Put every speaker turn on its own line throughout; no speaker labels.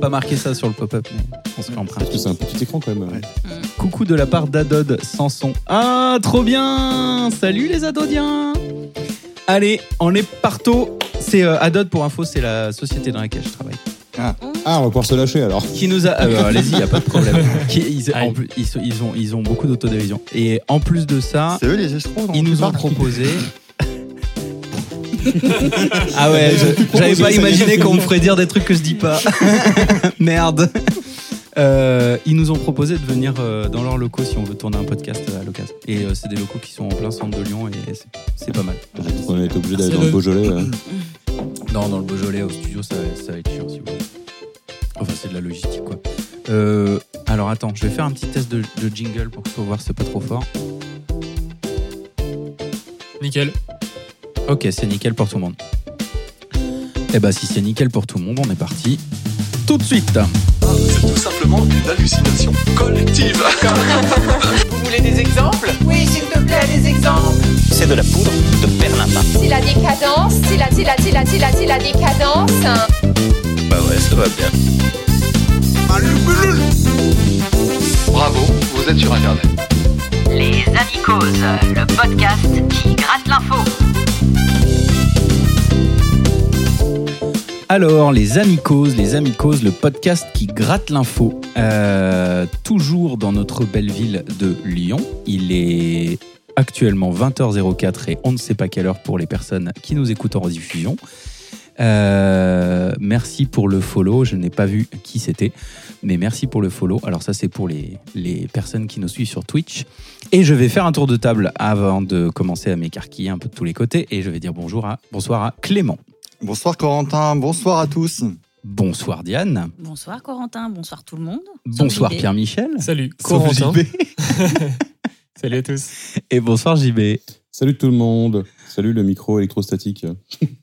pas marqué ça sur le pop-up, mais on se fait empreinte.
Parce que c'est un petit écran quand même.
Ouais. Coucou de la part d'Adod Sanson. Ah, trop bien Salut les Adodiens Allez, on est partout. C'est euh, Adod pour info, c'est la société dans laquelle je travaille.
Ah, on va pouvoir se lâcher alors.
Qui nous a. ah bah, Allez-y, y a pas de problème. Qui- ils, en plus- ils sont- ils ont, ils ont beaucoup d'autodérision. Et en plus de ça,
C'est eux les escrocs. dont
ils
tu
nous ont
parles
proposé. ah ouais, je- j'avais pas imaginé qu'on me ferait dire des trucs que je dis pas. Merde. Euh, ils nous ont proposé de venir euh, dans leurs locaux si on veut tourner un podcast euh, à l'occasion. Et euh, c'est des locaux qui sont en plein centre de Lyon et c'est- c'est pas mal.
On a été obligé d'aller
C'est
dans le
le-
Beaujolais. hein. ouais.
Non, dans le Beaujolais, au studio, ça, ça va être chiant si vous voulez. Enfin, c'est de la logistique, quoi. Euh, alors, attends, je vais faire un petit test de, de jingle pour qu'on voir si c'est pas trop fort.
Nickel.
Ok, c'est nickel pour tout le monde. Eh bah, si c'est nickel pour tout le monde, on est parti tout de suite.
C'est tout simplement une hallucination collective.
Vous voulez des exemples Oui, s'il te plaît, des exemples.
C'est de la poudre de perlimpin.
Si la décadence, si la, si la, si la, si la, si la décadence.
Bah ouais, ça va bien.
Bravo, vous êtes sur Internet.
Les Amicos, le podcast qui gratte l'info.
Alors, les Amicos, les Amicos, le podcast qui gratte l'info. Euh, toujours dans notre belle ville de Lyon. Il est actuellement 20h04 et on ne sait pas quelle heure pour les personnes qui nous écoutent en rediffusion. Euh, merci pour le follow. Je n'ai pas vu qui c'était, mais merci pour le follow. Alors, ça, c'est pour les, les personnes qui nous suivent sur Twitch. Et je vais faire un tour de table avant de commencer à m'écarquiller un peu de tous les côtés. Et je vais dire bonjour à, bonsoir à Clément.
Bonsoir Corentin, bonsoir à tous.
Bonsoir Diane.
Bonsoir Corentin, bonsoir tout le monde.
Bonsoir
JB.
Pierre-Michel.
Salut.
Bonsoir
Corentin. Salut à tous.
Et bonsoir JB.
Salut tout le monde. Salut le micro électrostatique.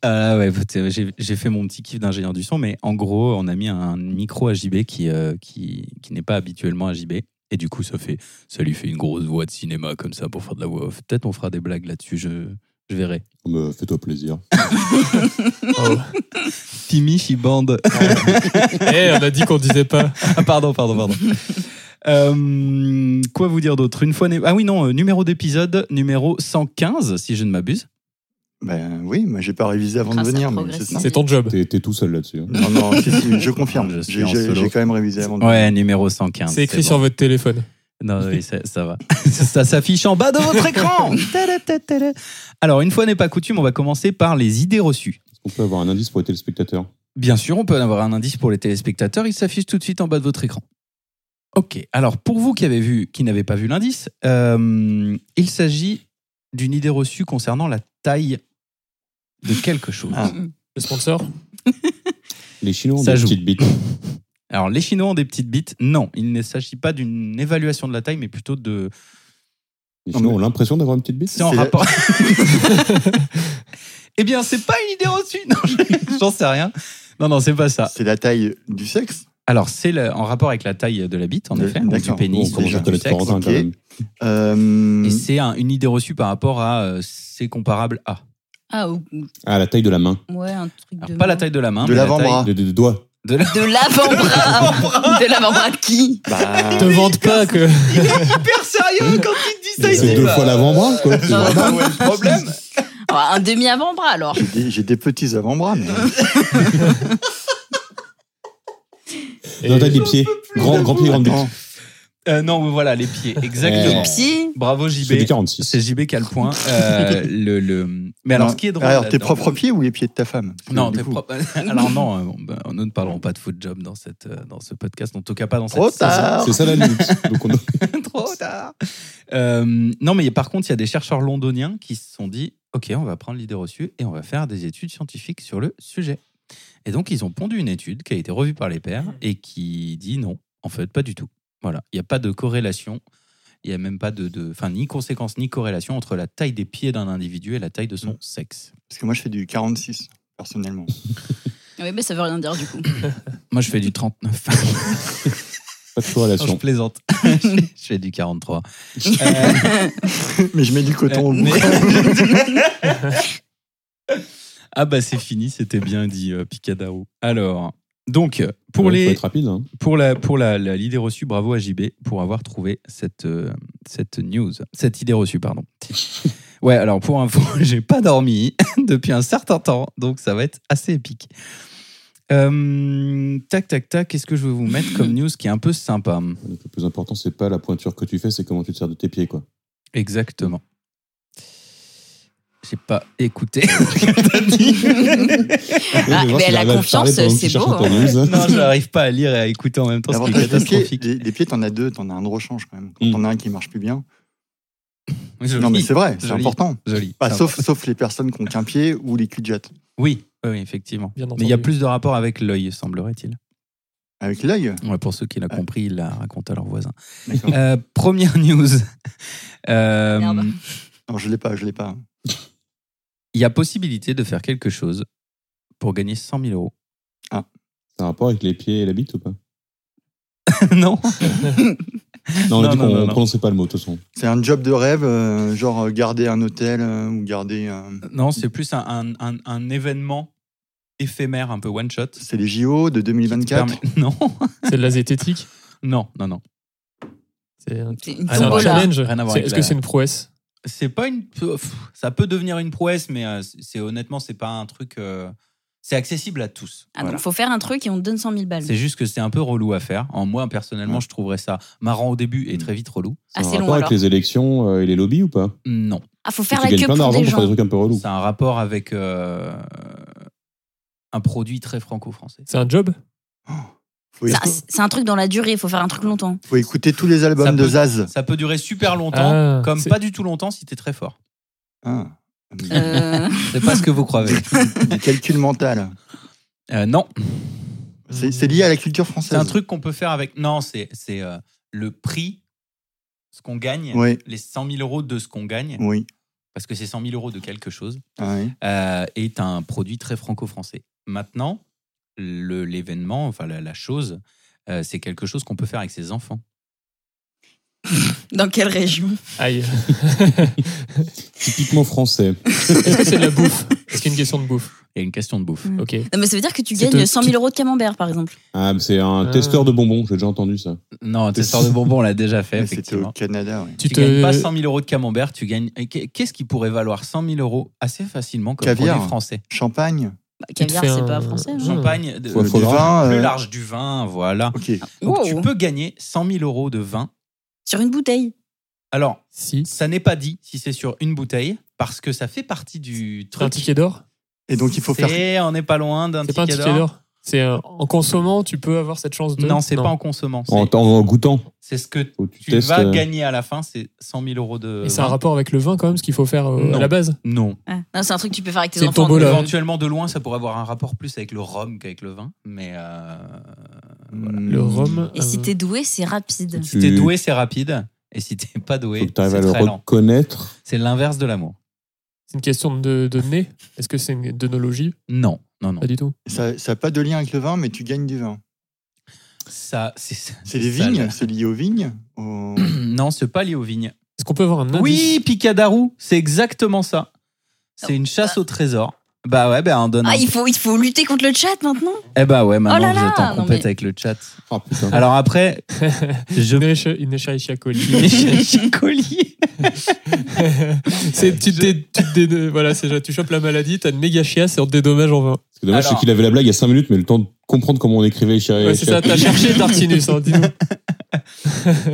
Ah ouais, écoute, euh, j'ai j'ai fait mon petit kiff d'ingénieur du son, mais en gros, on a mis un micro à JB qui, euh, qui, qui n'est pas habituellement à JB. Et du coup, ça, fait, ça lui fait une grosse voix de cinéma comme ça pour faire de la voix off. Peut-être on fera des blagues là-dessus, je, je verrai.
Me Oh, Fais-toi plaisir.
Timmy, il bande.
Eh, on a dit qu'on disait pas.
Ah, pardon, pardon, pardon. Euh, quoi vous dire d'autre Une fois. né- Ah oui, non, euh, numéro d'épisode, numéro 115, si je ne m'abuse.
Ben oui, mais j'ai pas révisé avant de
Grâce à
venir, mais
Progress.
c'est ça.
C'est ton job.
T'es t'es tout seul là-dessus. hein.
Non, non, si, si, je
Je
confirme.
suis
J'ai
en
j'ai-
solo.
j'ai quand même révisé avant de
Ouais, numéro 115.
C'est écrit
bon.
sur votre téléphone.
Non, oui, ça, ça va. ça s'affiche en bas de votre écran. Tada, tada, tada. Alors, une fois n'est pas coutume, on va commencer par les idées reçues.
Est-ce qu'on peut avoir un indice pour les téléspectateurs
Bien sûr, on peut en avoir un indice pour les téléspectateurs. Il s'affiche tout de suite en bas de votre écran. Ok. Alors, pour vous qui avez vu, qui n'avez pas vu l'indice, euh, il s'agit d'une idée reçue concernant la taille de quelque chose.
Ah.
Le sponsor
Les Chinois ont
Ça
des
joue.
petites bites.
Alors, les Chinois ont des petites bites. Non, il ne s'agit pas d'une évaluation de la taille, mais plutôt de.
Les
Non,
Chinois
mais-
ont l'impression d'avoir une petite bite
C'est en
C'est-
rapport. eh bien, c'est pas une idée reçue. Non, je- j'en sais rien. Non, non, c'est pas ça.
C'est la taille du sexe.
Alors, c'est le- en rapport avec la taille de la bite, en
De-
effet, donc du
d'accord.
pénis,
Bon,
donc
comment
du
je
connais
sexe.
Corentin
ok.
quand même.
Euh,
Et c'est un- une idée reçue par rapport à euh, c'est comparable à.
Ah ou-
Ah, la taille de la main.
ouais, un truc
Alors,
de.
pas la taille de la main,
De
mais la
l'avant-bras.
taille-
Des, des- des doigts.
De l'avant-bras De l'avant-bras de qui
bah,
Ah
Te vante pas que.
Hyper sérieux quand il dit ça, il
C'est
sait
deux
pas.
fois l'avant-bras quoi.
Non.
C'est vraiment-
Problème.
Oh, Un demi-avant-bras alors.
j'ai des- j'ai des petits avant-bras, mais
Dans la taille des pieds. Grand, grand pied, grande bite.
Attends,
Euh, non, mais voilà, les pieds, exactement.
Eh.
Si
Bravo
C'est du
JB.
46.
C'est JB qui a le point. Euh, le, le- Mais alors,
non.
ce qui est drôle.
Alors, tes
là-dedans-
propres pieds ou les pieds de ta femme Parce que,
Non,
du
t'es
coup,
propre. Alors non, euh, bon, bah, nous ne parlerons pas de foot job dans cette euh, dans ce podcast, en tout cas pas dans cette.
Trop
saison.
tard.
C'est ça la limite. Donc on a-
Trop tard. Euh, non, mais par contre, il y a des chercheurs londoniens qui se sont dit, ok, on va prendre l'idée reçue et on va faire des études scientifiques sur le sujet. Et donc, ils ont pondu une étude qui a été revue par les pairs et qui dit non, en fait, pas du tout. Voilà, il n'y a pas de corrélation. Il n'y a même pas de, de- enfin, ni conséquence ni corrélation entre la taille des pieds d'un individu et la taille de son sexe.
Parce que moi, je fais du 46, personnellement.
Oui, mais ça veut rien dire du coup.
Moi, je fais du 39.
Pas de
je
corrélation.
plaisante. je fais du 43. Euh,
mais je mets du coton au bout.
ah bah c'est fini, c'était bien dit euh, Picadaro. Alors, donc, Pour
Ouais,
les-
faut être rapide. hein.
Pour la pour la, la- l'idée E reçue, bravo à JB pour avoir trouvé cette euh, cette news, cette idée reçue, pardon. Ouais, alors pour info, j'ai pas dormi depuis un certain temps, donc ça va être assez épique. Euh, tac tac tac, qu'est-ce que je vais vous mettre comme news qui est un peu sympa
Donc, le plus important, c'est pas la pointure que tu fais, c'est comment tu te sers de tes pieds, quoi.
Exactement. J'ai pas écouté. ce que t'as dit.
Ah,
Je vais voir
mais
si j'arrive à
la
te parler
confiance,
pendant que
c'est
tu cherches
beau,
ta
hein.
news.
non, je n'arrive pas à lire et à écouter en même temps, ce qui est
L'avantage des pieds,
catastrophique.
des, des pieds, t'en as deux, t'en as un de rechange quand même. Quand
Mm.
t'en as un qui marche plus bien.
Joli,
Non, mais c'est vrai, c'est
Joli.
important.
joli.
Bah,
Sympa.
sauf, sauf les personnes qui ont qu'un pied ou les cul
Oui, oui, effectivement.
Bien
Mais il y a
entendu.
plus de rapport avec l'œil, semblerait-il.
Avec l'œil.
Ouais, pour ceux qui l'ont compris, ils la racontent à leurs voisins.
D'accord.
Euh, première news. Euh,
Merde.
Non, je l'ai pas, je l'ai pas.
Il y a possibilité de faire quelque chose pour gagner 100 000 euros.
Ça a un rapport avec les pieds et la bite ou pas
non
Non, on
Non,
a
non,
dit
non,
qu'on
non.
prononçait pas le mot, de toute façon.
C'est un job de rêve, euh, genre euh, garder un hôtel euh, ou garder. euh,
Non, c'est plus un, un- un- un événement éphémère, un peu one-shot. qui
c'est les JO de
te
2024.
permet- Non,
C'est de la zététique.
non, non, non.
C'est un,
C'est une
c'est un
tombola.
challenge.
Rien à voir
C'est-
avec
Est-ce
la-
que c'est une prouesse
C'est pas une. pff, Ça peut devenir une prouesse, mais euh, c'est honnêtement, c'est pas un truc. euh, C'est accessible à tous.
Ah,
Voilà.
donc faut faire un truc et on te donne 100 000 balles.
C'est juste que c'est un peu relou à faire. En moi, personnellement,
Ouais.
je trouverais ça marrant au début et très vite relou.
Ça a
Ah,
un
c'est long,
rapport avec
alors.
les élections euh, et les lobbies ou pas
Non.
Ah, faut
Tu
faire la
gagnes
queue
plein
pour
d'argent
des
pour faire des
gens.
trucs un peu relous.
C'est un rapport avec euh, un produit très franco-français.
C'est un job
Faut,
Ça,
écou-
C'est un truc dans la durée, faut faire un truc longtemps.
faut écouter tous les
Ça
albums
peut-
de Zaz.
Ça peut durer super longtemps,
Ah,
comme
c'est-
pas du tout longtemps si t'es très fort.
Ah,
Euh,
C'est pas ce que vous croyez.
des calculs mentaux.
Euh, non,
C'est c'est lié à la culture française.
c'est un truc qu'on peut faire avec. Non, c'est c'est, euh, le prix, ce qu'on gagne,
Oui,
les 100 000 euros de ce qu'on gagne,
oui.
parce que c'est 100 000 euros de quelque chose,
Ah oui.
euh, est un produit très franco-français. Maintenant, le- l'événement, enfin la, la chose, euh, c'est quelque chose qu'on peut faire avec ses enfants.
dans quelle région
Aïe.
Typiquement français.
Est-ce que c'est de la bouffe Est-ce qu'il y a une question de bouffe
Il y a une question de bouffe.
Ok.
Non, mais ça veut dire que tu
C'est
gagnes
un
100 000 euros de camembert, par exemple.
Ah, mais c'est un
Ah.
testeur de bonbons, j'ai déjà entendu ça.
Non, testeur de bonbons, on l'a déjà fait,
Mais C'était
effectivement.
au Canada. oui.
Tu, gagnes pas 100 000 euros de camembert, tu gagnes. et qu'est- Qu'est-ce qui pourrait valoir 100 000 euros assez facilement comme
Caviar.
produit français
Champagne.
Bah,
Tu te
caviar,
fais
c'est
un-
pas français. hein.
Mmh.
Champagne, de-
Foie
du
faux gras.
vin, plus
euh,
large du vin, voilà.
Ok.
Donc tu
Wow.
peux gagner 100 000 euros de vin.
Oh. Sur une bouteille.
Alors,
Si.
ça n'est pas dit si c'est sur une bouteille, parce que ça fait partie du
C'est un
truc.
ticket d'or
Et donc il faut faire.
C'est- On n'est pas loin d'un
C'est pas un
ticket
ticket
d'or.
d'or C'est euh, en consommant, tu peux avoir cette chance de.
Non, c'est pas en consommant. c'est-
En, en- en goûtant,
C'est ce que
où tu,
tu
testes.
vas
euh,
gagner à la fin, c'est 100 000 euros de.
Et c'est un
vin.
rapport avec le vin quand même, ce qu'il faut faire euh,
Non.
à la base.
Non.
Ah. Non, c'est un truc que tu peux faire avec
C'est
tes
le
enfants.
tombola. Voilà.
Éventuellement, de loin, ça pourrait avoir un rapport plus avec le rhum qu'avec le vin. Mais euh, voilà.
hmm,
Le rhum.
Et si
euh,
t'es doué, c'est rapide.
si t'es doué, c'est rapide. Et si t'es pas
Faut
doué,
que
c'est
t'arrives à le
très lent.
reconnaître.
C'est l'inverse de l'amour.
C'est une question de, de nez Est-ce que c'est une d'onologie
Non, non, non.
Pas du tout.
Ça n'a pas de lien avec le vin, mais tu gagnes du vin.
Euh.
Ça, c'est ça-
C'est les
ça,
vignes,
là.
c'est lié aux vignes. aux-
Non, c'est pas lié aux vignes.
Est-ce qu'on peut avoir un indice
Oui, Picadarou, c'est exactement ça. C'est une chasse au trésor. Bah ouais, bah on donne. un-
Ah, il faut, il faut lutter contre le chat maintenant
Eh bah ouais, maintenant
Oh là
vous
là,
êtes en
non,
compète
mais-
avec le chat.
Ah putain.
Alors après, je.
Inesha- Inesha Colli.
Collier.
C'est tu te dé- tu te dé- voilà, c'est ça, tu chopes la maladie, t'as une méga chiasse et on te dédommage en vain.
Ce qui est dommage, c'est
Alors.
qu'il avait la blague il y a 5 minutes, mais le temps de comprendre comment on écrivait chérie.
Ouais, c'est ça, t'as cherché Tartinus, hein, dis-nous.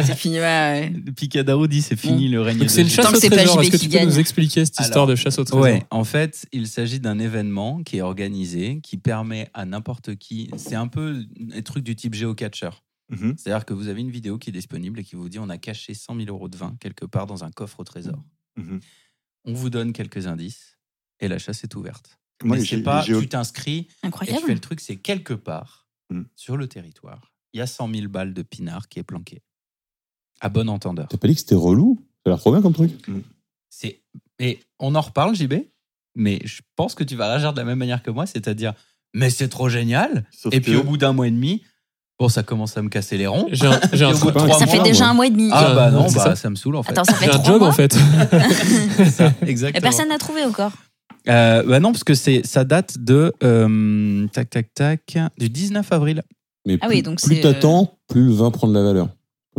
C'est fini, ouais. ouais.
Picadarou dit c'est fini le règne.
Mm. Donc
de
c'est une
Jésus.
chasse
Tant
au
que c'est pas
trésor.
JB
Est-ce que
qui
tu peux
gagne.
nous expliquer cette
Alors,
histoire de chasse au trésor
Ouais, en fait, il s'agit d'un événement qui est organisé, qui permet à n'importe qui. C'est un peu un truc du type géocatcher.
Mhm.
C'est-à-dire que vous avez une vidéo qui est disponible et qui vous dit on a caché 100 000 euros de vin quelque part dans un coffre au trésor.
Mhm.
On vous donne quelques indices et la chasse est ouverte.
Moi,
Mais
les
c'est
gé-
pas,
les géo-
tu t'inscris et tu fais
Incroyable.
le truc, c'est quelque part
Mhm.
sur le territoire, il y a 100 000 balles de pinard qui est planqué. À bon entendeur.
T'as pas dit que c'était relou Ça a l'air trop bien comme truc.
C'est et on en reparle, JB. Mais je pense que tu vas réagir de la même manière que moi, c'est-à-dire mais c'est trop génial.
sauf
Et puis
que-
au bout d'un mois et demi, bon ça commence à me casser les ronds.
J'ai un, j'ai un,
Et au bout de
Ah,
trois
Ça
mois,
fait
moi,
déjà
moi.
un mois et demi.
ah bah non,
C'est
bah,
ça.
ça me saule en fait.
Attends, ça fait
j'ai un
trois
job
mois.
en fait.
Et
Exactement.
personne n'a trouvé encore.
Euh, bah non, parce que c'est ça date de euh, tac tac tac du 19 avril.
Mais
Ah
plus,
oui, donc
plus
c'est,
t'attends, plus le vin prend de la valeur.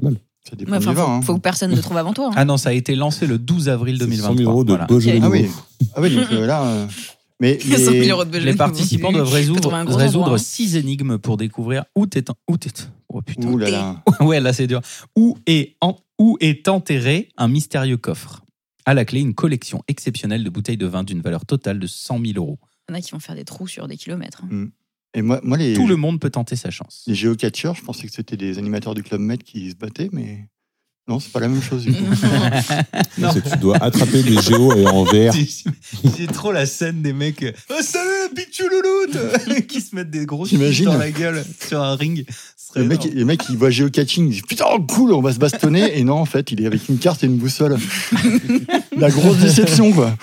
Ça dépend
Ouais,
du
enfin,
vin. hein.
faut, faut que personne ne trouve avant toi. hein.
Ah non, ça a été lancé le 12 avril
C'est
2023.
100 000 euros de
voilà.
Beaujolais
Ok.
Ah
nouveau.
oui, ah oui donc euh, là. euh, Mais,
100 000
mais-
euros de Belgique,
Les
vous
participants
voulez.
doivent
Faut trouver un
résoudre,
gros
résoudre
endroit.
six énigmes pour découvrir où t'es en- où t'es oh putain
Ouh là là.
ouais là c'est dur où est en- où est enterré un mystérieux coffre à la clé une collection exceptionnelle de bouteilles de vin d'une valeur totale de 100 000 euros
Il y en a qui vont faire des trous sur des kilomètres. hein.
Et moi, moi les,
tout le monde peut tenter sa chance
les géocatcheurs, je pensais que c'était des animateurs du Club Med qui se battaient, mais non, c'est pas la même chose. du coup.
Non.
C'est que tu dois attraper des géos et en verre.
c'est trop la scène des mecs oh, salut pichou louloute qui se mettent des gros
chiffres T'imagines dans la
gueule sur un ring
le, mec, le mec, il voit géocaching, il dit putain, cool, on va se bastonner. Et non, en fait, il est avec une carte et une boussole. la grosse déception, quoi.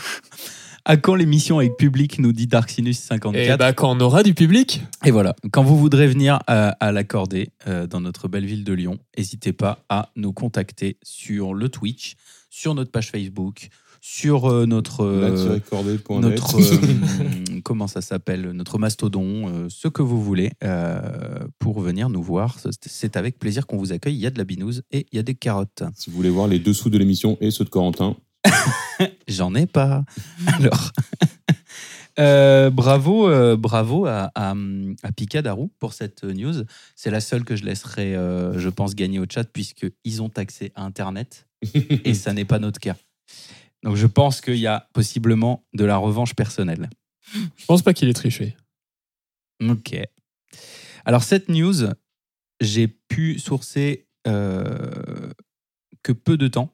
à quand l'émission avec public nous dit Dark Sinus 54
Et bah, quand on aura du public,
Et voilà, quand vous voudrez venir à, à l'accorder euh, dans notre belle ville de Lyon, n'hésitez pas à nous contacter sur le Twitch, sur notre page Facebook, sur euh, notre euh, notre euh, comment ça s'appelle, notre mastodon, euh, ce que vous voulez euh, pour venir nous voir. C'est- C'est avec plaisir qu'on vous accueille. Il y a de la binouse et il y a des carottes.
Si vous voulez voir les dessous de l'émission et ceux de Corentin,
J'en ai pas. Alors, euh, bravo, euh, bravo à, à, à Pika Darou pour cette news. C'est la seule que je laisserai, euh, je pense, gagner au chat puisque ils ont accès à Internet et ça n'est pas notre cas. Donc, je pense qu'il y a possiblement de la revanche personnelle.
je pense pas qu'il ait triché.
Ok. Alors, cette news, j'ai pu sourcer euh, que peu de temps.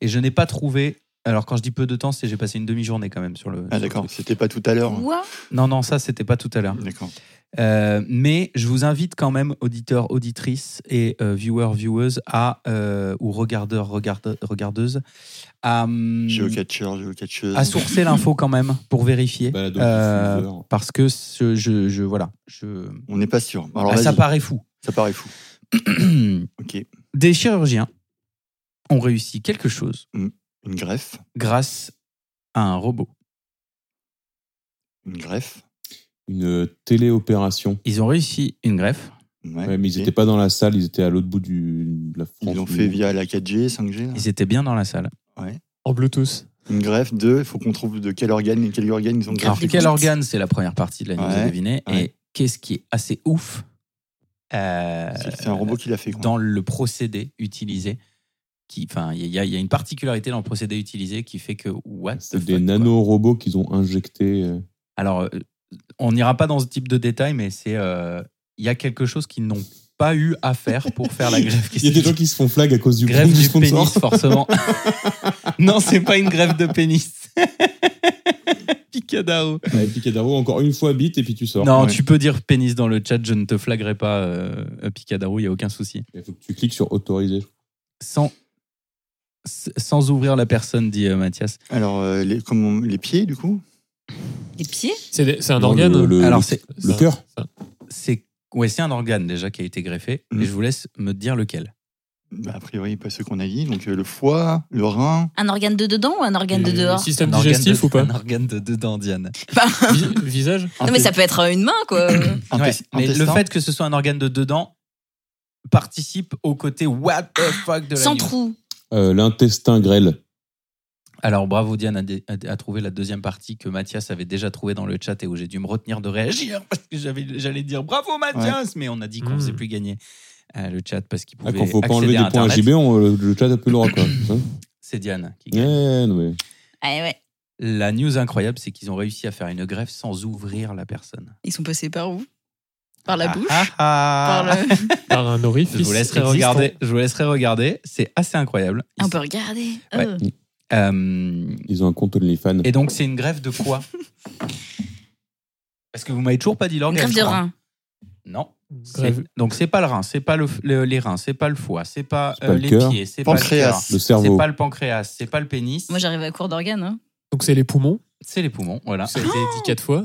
Et je n'ai pas trouvé. Alors, quand je dis peu de temps, c'est j'ai passé une demi-journée quand même sur le.
Ah,
sur le
d'accord, Mm.
truc.
c'était pas tout à l'heure. hein.
Ouah.
Non, non, ça, c'était pas tout à l'heure.
D'accord.
Euh, mais je vous invite quand même, auditeurs, auditrices et euh, viewers, viewers, à, euh, ou regardeurs, regarde- regardeuses, à, hum,
Géocatcheur, géocatcheuse.
à sourcer l'info quand même pour vérifier.
balado
Euh,
diffuseur.
parce que ce- je, je- voilà, je,
On n'est pas sûr. Alors,
Ah, ça
vas-y,
paraît fou.
ça paraît fou. Ok.
Des chirurgiens ont réussi quelque chose
Une greffe.
grâce à un robot.
Une greffe.
Une euh, téléopération.
Ils ont réussi une greffe.
Ah. Ouais,
Ouais, mais ils
ok.
n'étaient pas dans la salle, ils étaient à l'autre bout du, de la France.
Ils ont fait via la 4G, 5G. là.
Ils étaient bien dans la salle.
En Bluetooth.
Une greffe de. Il faut qu'on trouve de quel organe et quel organe ils ont
Alors,
greffé.
quel organe C'est la première partie de la news à
Ouais,
deviner. Et
ouais.
qu'est-ce qui est assez ouf euh,
C'est c'est un robot qui l'a fait. quoi.
dans le procédé utilisé qui, enfin, il y, a- il y a une particularité dans le procédé utilisé qui fait que what the
C'est
fuck,
des
quoi.
nanorobots qu'ils ont injectés. euh,
Alors, euh, on n'ira pas dans ce type de détail, mais c'est euh, il y a quelque chose qu'ils n'ont pas eu à faire pour faire la greffe.
Il y a des gens qui se font flag à cause du
grève
bruit
du
sponsor.
pénis, forcément. non, c'est pas une grève de pénis. Picadao.
Ouais, Picadaro, encore une fois, bite et puis tu sors.
Non,
ouais.
tu peux dire pénis dans le chat, je ne te flaggerai pas, euh, Picadaro, il n'y a aucun souci.
Il faut que tu cliques sur autoriser.
Sans, s- sans ouvrir la personne, dit euh, Mathias.
Alors, euh, les, comment- les pieds, du coup
Des pieds
C'est des- c'est un
Non,
organe. Ah,
le- le-
Alors, c'est
Le cœur
c'est ouais, c'est un organe déjà qui a été greffé,
Mm.
et je vous laisse me dire lequel.
Bah, A priori, pas ceux qu'on a dit. Donc, euh, le foie, le rein.
Un organe de dedans ou un organe
Euh,
de
Le
dehors
Système
Un organe
digestif
de- Ah,
ou pas
Un organe de dedans, Diane.
Vi- Visage
Non, mais ça peut être euh, une main, quoi.
Intes-
Ouais, mais le
intestin.
fait que ce soit un organe de dedans participe au côté what the fuck de la
Sans
news.
trou.
Euh, L'intestin grêle.
Alors bravo Diane a, dé- a dé- a trouvé la deuxième partie que Mathias avait déjà trouvée dans le chat et où j'ai dû me retenir de réagir parce que j'avais- j'allais dire bravo Mathias, mais on a dit qu'on
Mm.
faisait plus gagner euh, le chat parce qu'il
Mmh. Ah,
pouvait
quand faut pas enlever
accéder
des
à
points à
Internet.
JB, on- le, le chat a plus le droit, quoi. Hein
C'est Diane qui gagne.
Ouais, non, mais-
Ah ouais.
La news incroyable, c'est qu'ils ont réussi à faire une greffe sans ouvrir la personne.
Ils sont passés par où Par la
Ah,
bouche
ah, ah.
Par le-
Par un orifice.
Je vous laisserai
résistant.
regarder. Je vous laisserai regarder. C'est assez incroyable.
On peut regarder.
Ouais.
Oh.
Euh,
Ils ont un compte OnlyFans.
Et donc, c'est une greffe de quoi Parce que vous m'avez toujours pas dit
Une
l'organe.
greffe
je
de
crois.
rein.
Non. C'est-
Grève.
Donc, c'est pas le rein, c'est pas le, le- les reins, c'est pas le foie, c'est pas,
C'est
euh,
pas le
les
cœur.
pieds, c'est pas le cœur,
Pancréas.
Le
c'est
cerveau.
pas le pancréas, c'est pas le pénis,
Moi, j'arrive à court d'organes. hein.
Donc c'est les poumons.
c'est les poumons. Voilà.
Ça a été dit quatre fois.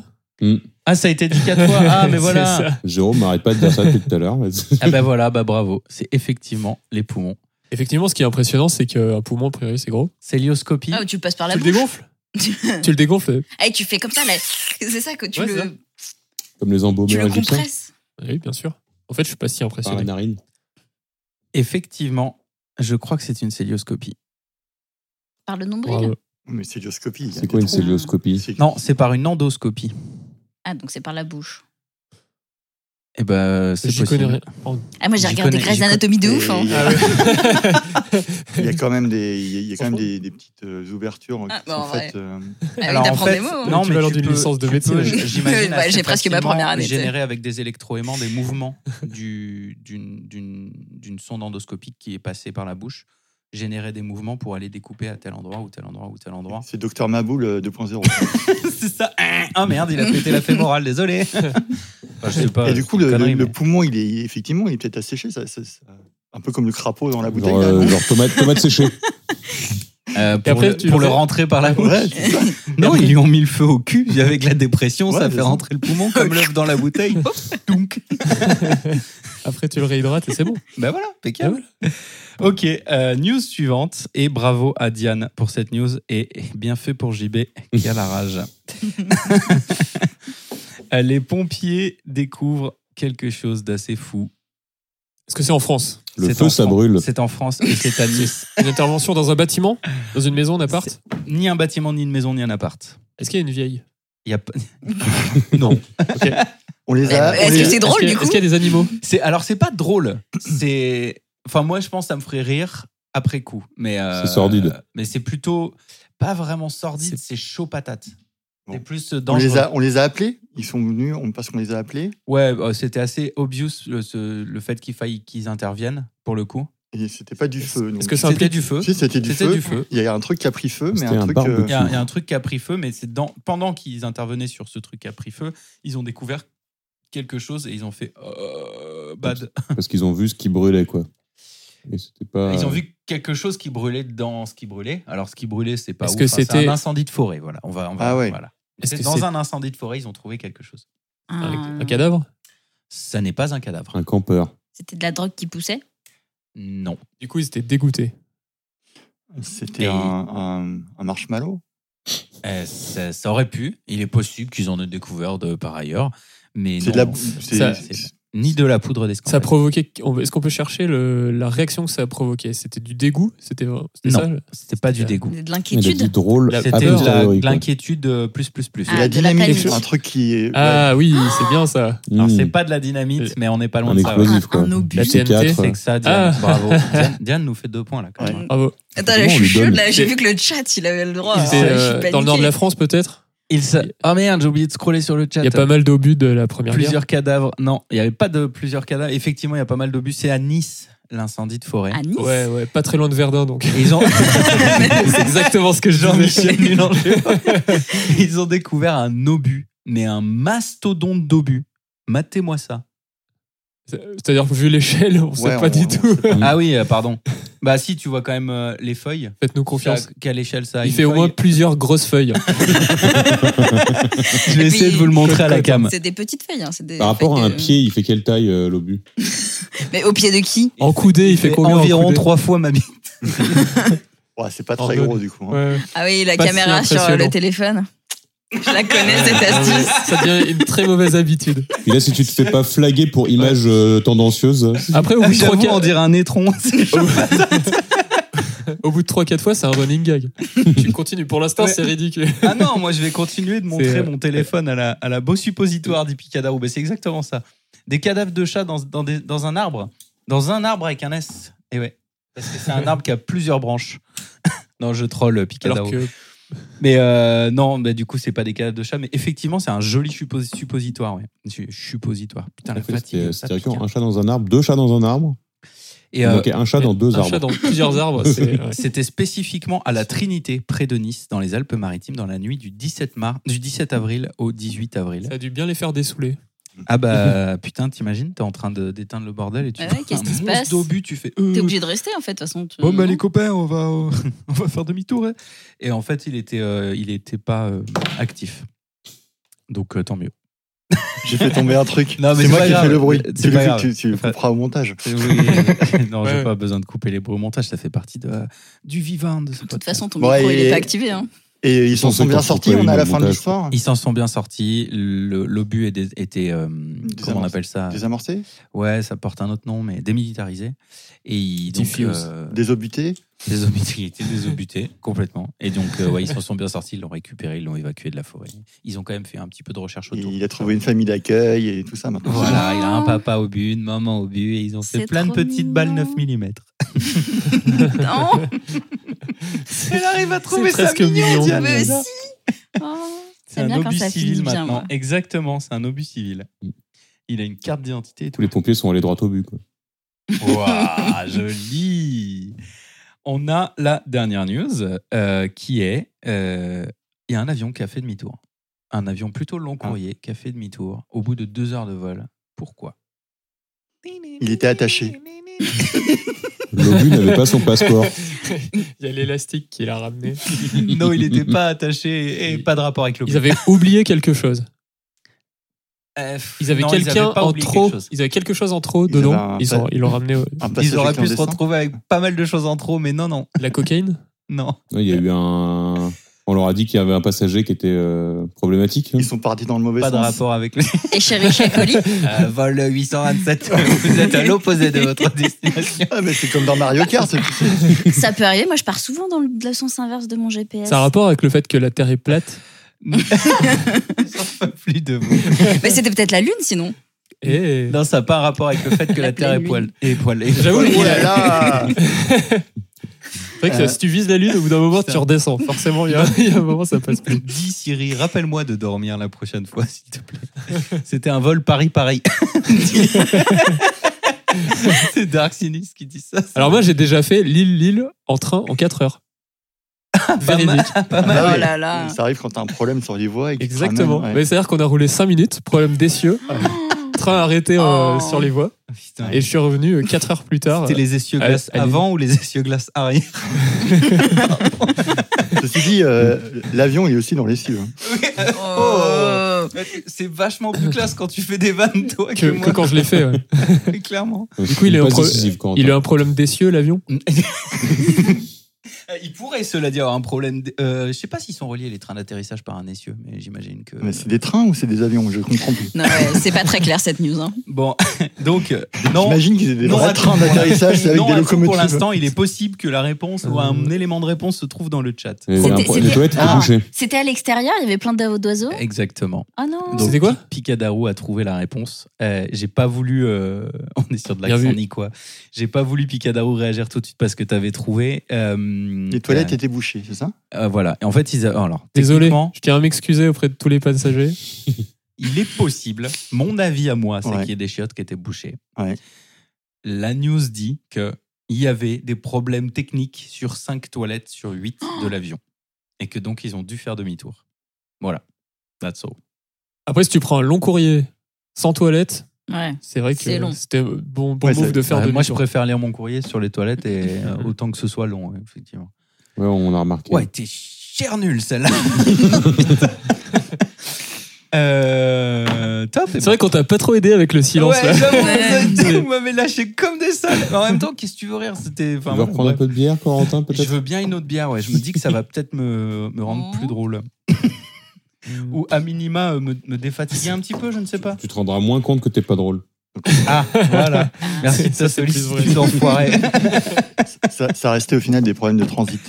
Ah, ça a été dit quatre fois. Ah, mais
C'est
voilà.
ça.
Jérôme, arrête pas de dire ça depuis tout à l'heure. mais-
Ah, bah voilà, bah bravo. C'est effectivement les poumons.
Effectivement, ce qui est impressionnant, c'est qu'un poumon, a priori, c'est gros.
Célioscopie.
Ah, tu le passes par la
Tu le
bouche.
dégonfles Tu le dégonfles euh,
Ah, et tu fais comme ça, là. C'est ça que tu
Ouais, c'est ça.
le,
Comme les
tu
embaumeurs
le
égyptiens.
compresses.
Oui, bien sûr. En fait, je suis pas si
Par la
impressionné.
narine.
Effectivement, je crois que c'est une célioscopie.
Par le
Bravo.
nombril.
Mais c'est célioscopie.
C'est quoi une
trous.
célioscopie
Non, c'est par une endoscopie.
Ah, donc c'est par la bouche.
Eh ben, c'est
J'y connais
possible.
rien. Oh,
Ah, moi j'ai
J'y
regardé
connais-
Grey's
j'y
Anatomy de ouf. hein.
Il y a-
Ah ouais.
il y a quand même des, il y a- il y a quand même des, des petites euh, ouvertures
Ah,
qui
bah, en
sont
vrai.
faites. euh,
Ah,
Alors,
oui,
en
t'apprends
fait,
des mots.
non, mais
L'équivalent
tu
d'une
peux-
licence de
tu
médecine.
peux, j- j'imagine.
Bah, j'ai
assez
presque ma première
facilement
année, tu sais.
Générer avec des électroaimants des mouvements du- d'une d'une- d'une sonde endoscopique qui est passée par la bouche, générer des mouvements pour aller découper à tel endroit ou tel endroit ou tel endroit.
C'est Docteur Maboul euh, 2.0.
C'est ça. Ah merde, il a pété la fémorale, désolé. Enfin, je sais pas.
Et du coup, le,
connerie,
le- le
mais-
poumon, il est il- effectivement, il est peut-être asséché. Ça, ça- ça- un peu comme le crapaud dans la
hein.
bouteille.
Genre,
là,
euh,
non
genre tomate, tomate séchée.
Euh, pour
après,
le,
tu
pour
le
le
fais-
rentrer par la bouche.
Ouais, c'est ça.
Non, ils lui ont mis le feu au cul. Et Avec la dépression,
Ouais,
ça
c'est
fait
ça.
rentrer le poumon comme l'œuf dans la bouteille. Donc.
Après, tu le réhydrates et c'est bon.
Ben voilà, impeccable. Ok, euh, news suivante. Et bravo à Diane pour cette news. Et bien fait pour JB qui a la rage. Euh, Les pompiers découvrent quelque chose d'assez fou.
Est-ce que c'est en France
Le
C'est
feu,
en
ça
Fran-
brûle.
C'est en France et c'est à Nice.
Une intervention dans un bâtiment Dans une maison, un appart
C'est- Ni un bâtiment, ni une maison, ni un appart.
Est-ce qu'il y a une vieille
Il Y a... pas- non.
On les a.
Eh,
on
Est-ce
les-
que c'est
Est-ce
drôle,
qu'il y a-
du coup
Est-ce qu'il y a des animaux
C'est alors c'est pas drôle. C'est enfin moi je pense que ça me ferait rire après coup. Mais euh,
C'est sordide.
Mais c'est plutôt pas vraiment sordide. C'est chaud patate.
Bon.
C'est plus euh,
on
dangereux.
les a, on les a appelés. Ils sont venus. On parce qu'on les a appelés.
Ouais, euh, c'était assez obvious le, ce- le fait qu'il faille qu'ils interviennent pour le coup.
Et c'était pas du feu. donc.
Est-ce que ça
C'était
implique
du feu.
Si, c'était du
C'était
feu.
du feu.
Il y a un truc qui a pris feu, mais
C'était
un
un
truc.
barbecue.
euh,
Il y, a, il y a un truc qui a pris feu, mais c'est dans- pendant qu'ils intervenaient sur ce truc qui a pris feu, ils ont découvert quelque chose et ils ont fait euh, bad.
Parce qu'ils ont vu ce qui brûlait, quoi. Et c'était pas.
Ils ont vu quelque chose qui brûlait dans ce qui brûlait. Alors ce qui brûlait, c'est pas
Est-ce
ouf,
que
hein, c'est
c'était-
un incendie de forêt. Voilà, on va, on va-
Ah ouais.
voilà.
Est-ce que
dans
c'est-
un incendie de forêt, ils ont trouvé quelque chose.
Ah,
un, un cadavre
Ça n'est pas un cadavre.
Un campeur.
C'était de la drogue qui poussait.
Non.
Du coup, ils étaient dégoûtés.
C'était
Et-
un, un, un marshmallow.
Euh, ça, ça aurait pu. Il est possible qu'ils en aient découvert de par ailleurs, mais
C'est de
non,
la. c'est-
Ça-
c'est-
ni de la poudre d'escampe.
Ça a provoqué. on- Est-ce qu'on peut chercher le- la réaction que ça a provoqué C'était du dégoût C'était c'était
Non.
ça le-
C'était pas du
C'était-
dégoût.
De
Il a dit
l'inquiétude.
drôle.
La-
a
C'était
peur.
de la-
posteriori,
de
Ah, quoi.
l'inquiétude euh, plus plus plus.
Ah,
de la
de la
dynamite.
panique.
un truc qui est. ouais.
Ah oui, c'est bien ça.
Alors c'est
Mmh.
pas de la dynamite, mais on n'est pas loin
Un
de ça.
explosif.
ouais.
explosif, quoi.
Un obus.
La
Du C4,
TNT,
C'est que ça, Diane.
Ah.
Bravo. Diane, Diane nous fait deux points là. Quand même.
Ouais.
Bravo.
Attends, là,
Comment on
je
lui
suis chaude,
donne
là. J'ai vu que le chat, il avait le droit.
Ils
Alors,
étaient
Ah, je suis
euh, dans le
paniquée.
nord de la France, peut-être
Il se- Oh merde, j'ai oublié de scroller sur le chat.
Il y a pas mal d'obus de la première guerre.
plusieurs cadavres. Non, il n'y avait pas de plusieurs cadavres. Effectivement, il y a pas mal d'obus. C'est à Nice, l'incendie de forêt.
À Nice.
Ouais, ouais, pas très loin de Verdun, donc.
Et Ils ont
c'est exactement ce que je disais.
Jean-Michel Mélenchon. Ils ont découvert un obus, mais un mastodonte d'obus. Matez-moi ça.
C'est-à-dire, vu l'échelle, on
Ouais,
sait pas
on-
du
on
tout.
Ah oui, euh, pardon. Bah si, tu vois quand même euh, les feuilles.
Faites-nous confiance.
Ça, Quelle échelle ça a
Il
une
fait au
feuille
moins plusieurs grosses feuilles.
Je vais essayer de vous le montrer à la cam.
C'est des petites feuilles. Hein. c'est des
Par rapport à
feuilles
un
de-
pied, il fait quelle taille euh, l'obus
Mais au pied de qui
En coudée, il fait combien en
Environ
coudée
trois fois ma bite.
Ouais, c'est pas
En
très
jaune.
gros du coup. hein.
Ouais.
Ah oui, la
Pas si
caméra sur
impressionnant.
le téléphone. Je la connais, cette astuce.
Ça devient une très mauvaise habitude.
Et là, si tu te fais pas flaguer pour image euh, tendancieuse,
Après, au bout de
J'avoue,
trois,
on
quatre-
dirait un étron. C'est chaud.
au bout de 3-4 fois, c'est un running gag. tu continues. Pour l'instant,
Ouais.
c'est ridicule.
ah non, moi je vais continuer de
C'est,
montrer
euh,
mon téléphone à la, à la beau suppositoire d'Hippie Cadavre. Ben, c'est exactement ça. Des cadavres de chats dans, dans, des- dans un arbre. Dans un arbre avec un S. Et ouais. Parce que c'est un arbre qui a plusieurs branches. non, je troll Picadao.
Alors que
Mais euh, non, bah, du coup, c'est pas des cadavres de chats. Mais effectivement, c'est un joli suppo- suppositoire. Ouais. Su- Suppositoire. Putain, la
en fait,
fatigue.
c'était euh,
ça
c'était
pique,
directement
hein.
un chat dans un arbre, deux chats dans un arbre.
Et, euh,
Donc un chat dans deux
un
arbres.
chat dans plusieurs arbres, c'est. ouais.
C'était spécifiquement à la Trinité, près de Nice, dans les Alpes-Maritimes, dans la nuit du 17, mars, du 17 avril au 18 avril.
Ça a dû bien les faire dessouler.
Ah bah putain, t'imagines, t'es en train de- d'éteindre le bordel et tu
Bah Ouais,
vois
qu'est-ce
un
qui se
monstre
passe
d'obus, tu fais. euh,
T'es obligé de rester, en fait, de toute façon. tu-
Bon bah les copains, on va euh, on va faire demi-tour. hein. Et en fait, il était euh, il était pas euh, actif. Donc euh, tant mieux.
J'ai fait tomber un truc.
Non, mais
C'est
c'est
moi
pas
qui ai fait
grave.
le bruit.
C'est
Tu le
pas
fais-
grave.
Tu, tu le
Enfin-
couperas au montage.
non,
Ouais,
j'ai
ouais.
pas besoin de couper les bruits au montage, ça fait partie de, du vivant de ce
De toute
podcast.
façon, ton
Ouais,
micro, il
et-
est pas activé. Hein.
Et ils s'en
Pour ceux
sont bien
qui ont
sortis,
pas eu
on a
dans
la
le
fin de
montage,
l'histoire.
Ils s'en sont bien sortis. Le- L'obus est dé- était. euh, comment on appelle ça
Désamorcés
Ouais, ça porte un autre nom, mais démilitarisé. Et ils. donc,
Diffuse.
euh,
Désobutés
Désobuté, il était désobuté complètement. Et donc, euh, ouais, ils s'en sont bien sortis, ils l'ont récupéré, ils l'ont évacué de la forêt. Ils ont quand même fait un petit peu de recherche
Et
autour.
Il a trouvé une famille d'accueil et tout ça maintenant.
Voilà, il a un papa au but, une maman au but, et ils ont fait
Ah. C'est
plein de
trop
petites balles 9
mignon.
mm.
Non,
Elle arrive à
trouver ça presque mignon, mignon. Diane. Bah.
mais
Voilà.
si. Oh, J'aime bien quand ça finit bien. moi.
Exactement, c'est un obus civil. Il a une carte d'identité et tout.
Tous les pompiers sont allés droit au but. Quoi.
Ouah, joli On a la dernière news euh, qui est euh, il y a un avion qui a fait demi-tour. Un avion plutôt long courrier qui a fait demi-tour au bout de deux heures de vol. Pourquoi
Il était attaché.
L'obus n'avait pas son passeport.
Il y a l'élastique qui l'a ramené.
Non, il n'était pas attaché et pas de rapport avec le
Ils avaient oublié quelque chose.
Euh,
Ils avaient
non, ils
quelqu'un
avaient pas
en
oublié
trop.
quelque chose.
Ils avaient quelque chose en trop
Ils avaient
Eh
dedans.
ben,
un
Ils ont-
pa-
ils l'ont ramené. euh, ouais.
Un
Ils
passager
auraient pu se
clandestin.
retrouver avec pas mal de choses en trop, mais non, non,
La cocaïne
non.
Ouais, Il y a eu un. On leur a dit qu'il y avait un passager qui était euh, problématique.
Ils sont partis dans le mauvais
Mm. Pas de
sens.
rapport avec le
Et chéri Chacoli,
Euh, vol 827. Vous êtes à l'opposé de votre destination.
Ah, mais c'est comme dans Mario Kart. c'est-
ça peut arriver. Moi, je pars souvent dans le sens inverse de mon GPS.
Ça a rapport avec le fait que la Terre est plate.
J'en peux plus de vous.
Mais c'était peut-être la lune, sinon.
Et
Non, ça n'a pas un rapport avec le fait que la,
La
Terre est
pleine
poil- est poilée.
J'avoue,
Oh
il a-
là
Ah
c'est
là
vrai que
Euh.
si tu vises la Lune, au bout d'un moment, tu
Putain.
redescends. Forcément, il y, a il y a un moment, ça passe plus.
Dis Siri, rappelle-moi de dormir la prochaine fois, s'il te plaît. C'était un vol Paris-Paris. C'est Dark Sinise qui dit ça. c'est
Alors moi, j'ai déjà fait Lille-Lille en train en 4 heures.
Ah, pas mal.
Véridique.
pas mal.
Ah
Oh
oui.
là là.
Ça arrive quand t'as un problème sur les voies. Et que tu te
Ah
Exactement.
ramènes, ouais.
Mais C'est-à-dire qu'on a roulé 5 minutes, problème d'essieu, train arrêté euh,
Oh.
sur les voies,
Putain.
et je suis revenu 4 heures plus tard.
C'était les essieux-glaces
allez.
avant ou les essieux-glaces arrière
Ceci dit, euh, l'avion est aussi dans les cieux. hein.
Oh.
C'est vachement plus classe quand tu fais des vannes, toi,
euh, que,
que,
que
moi.
quand je l'ai fait. ouais.
Clairement.
Du
coup, il est au pro-
quand
Il a un problème d'essieu, l'avion
Eh, Il pourrait, cela dit, avoir un problème. d- euh, je sais pas s'ils sont reliés, les trains d'atterrissage, par un essieu, mais j'imagine que.
Mais c'est des trains ou c'est des avions Je comprends plus.
Non, ouais, c'est pas très clair cette news. hein.
Bon, donc, euh, non.
J'imagine qu'ils étaient des
Non,
vrais
attends,
trains d'atterrissage c'est avec
non,
des
à tout Pour
locomotives. Euh.
l'instant, il est possible que la réponse ou un élément de réponse se trouve dans le chat.
Il y avait un
C'était-
pro-
c'était-
Les toilettes étaient
Ah.
bouchées.
C'était à l'extérieur, il y avait plein d'oiseaux- d'oiseaux.
Exactement.
Oh non.
Donc,
C'était quoi
Pi- Picadaro a trouvé la réponse. Euh, j'ai pas voulu. euh, on est sur de
Bien
l'accent
vu.
ni quoi. J'ai pas voulu Picadaro réagir tout de suite parce que t'avais trouvé. euh,
Les toilettes
euh,
étaient bouchées, c'est ça
euh, voilà. Et en fait, ils. a- Alors,
Désolé,
techniquement,
je tiens à m'excuser auprès de tous les passagers.
il est possible. Mon avis à moi, c'est
Ouais.
qu'il y a des chiottes qui étaient bouchées.
Ouais.
La news dit que il y avait des problèmes techniques sur 5 toilettes sur 8 de l'avion et que donc ils ont dû faire demi-tour. Voilà. That's all.
Après, si tu prends un long courrier sans toilette,
Ouais.
c'est vrai que
C'est long.
c'était bon, bon
Ouais,
move
c'est-
de faire
Ouais,
de
moi, je préfère lire mon courrier sur les toilettes et euh, autant que ce soit long, ouais, effectivement.
Ouais, on a remarqué.
Ouais, t'es cher nul celle-là. Euh, top. et
C'est vrai qu'on t'a pas trop aidé avec le silence
Ouais,
là.
j'avoue, vous
Ouais.
êtes- vous m'avez lâché comme des sales. Mais En même temps, qu'est-ce que tu veux rire C'était.
Tu
enfin,
veux
bon,
reprendre un
bref.
peu de bière, Corentin,
Je
peut-être
veux bien une autre bière, ouais. Je me dis que ça va peut-être me, me rendre
Oh.
plus drôle. Ou à minima euh, me, me défatiguer un petit peu, je ne sais pas.
Tu te rendras moins compte que t'es pas drôle.
Ah, voilà. Merci de
Ça,
ta
c'est plus
sollicitude,
vrai.
enfoiré.
ça, ça restait au final des problèmes de transit.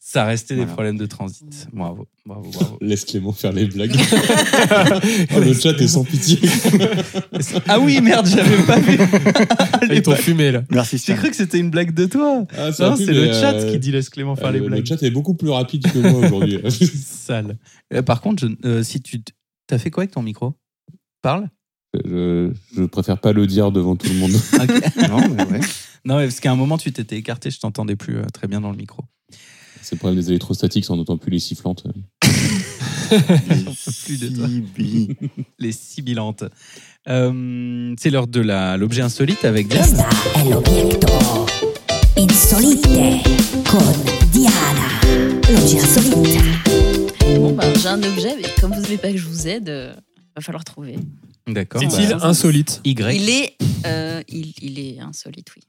Ça restait des
Voilà.
problèmes de transit. Bravo, bravo, bravo.
Laisse Clément faire les blagues. Oh, le chat est sans pitié.
Ah oui, merde, j'avais pas vu. bah,
Avec ton fumé là.
Merci
J'ai
Stan.
cru que c'était une blague de toi.
Ah, ça
Non,
a pu,
c'est
mais,
le chat
euh,
qui dit laisse Clément faire
euh,
les
le-
blagues.
Le chat est beaucoup plus rapide que moi aujourd'hui.
Sale. Euh, par contre, je- euh, si tu t- t'as fait quoi avec ton micro Parle.
je, je préfère pas le dire devant tout le monde.
Non, mais ouais.
Non, mais parce qu'à un moment tu t'étais écarté, je t'entendais plus euh, très bien dans le micro.
C'est le problème des électrostatiques, ça, on n'entend plus les sifflantes.
Plus de toi.
Sibi.
Les sibilantes. Euh, c'est l'heure de la l'objet insolite avec Diane.
Insolite con Diana. L'oggi insolite.
Bon, bah, j'ai un objet, mais comme vous voulez pas que je vous aide, euh, va falloir trouver.
D'accord.
Est-il
bah,
insolite
Y.
Il est, euh, il, il est insolite, oui.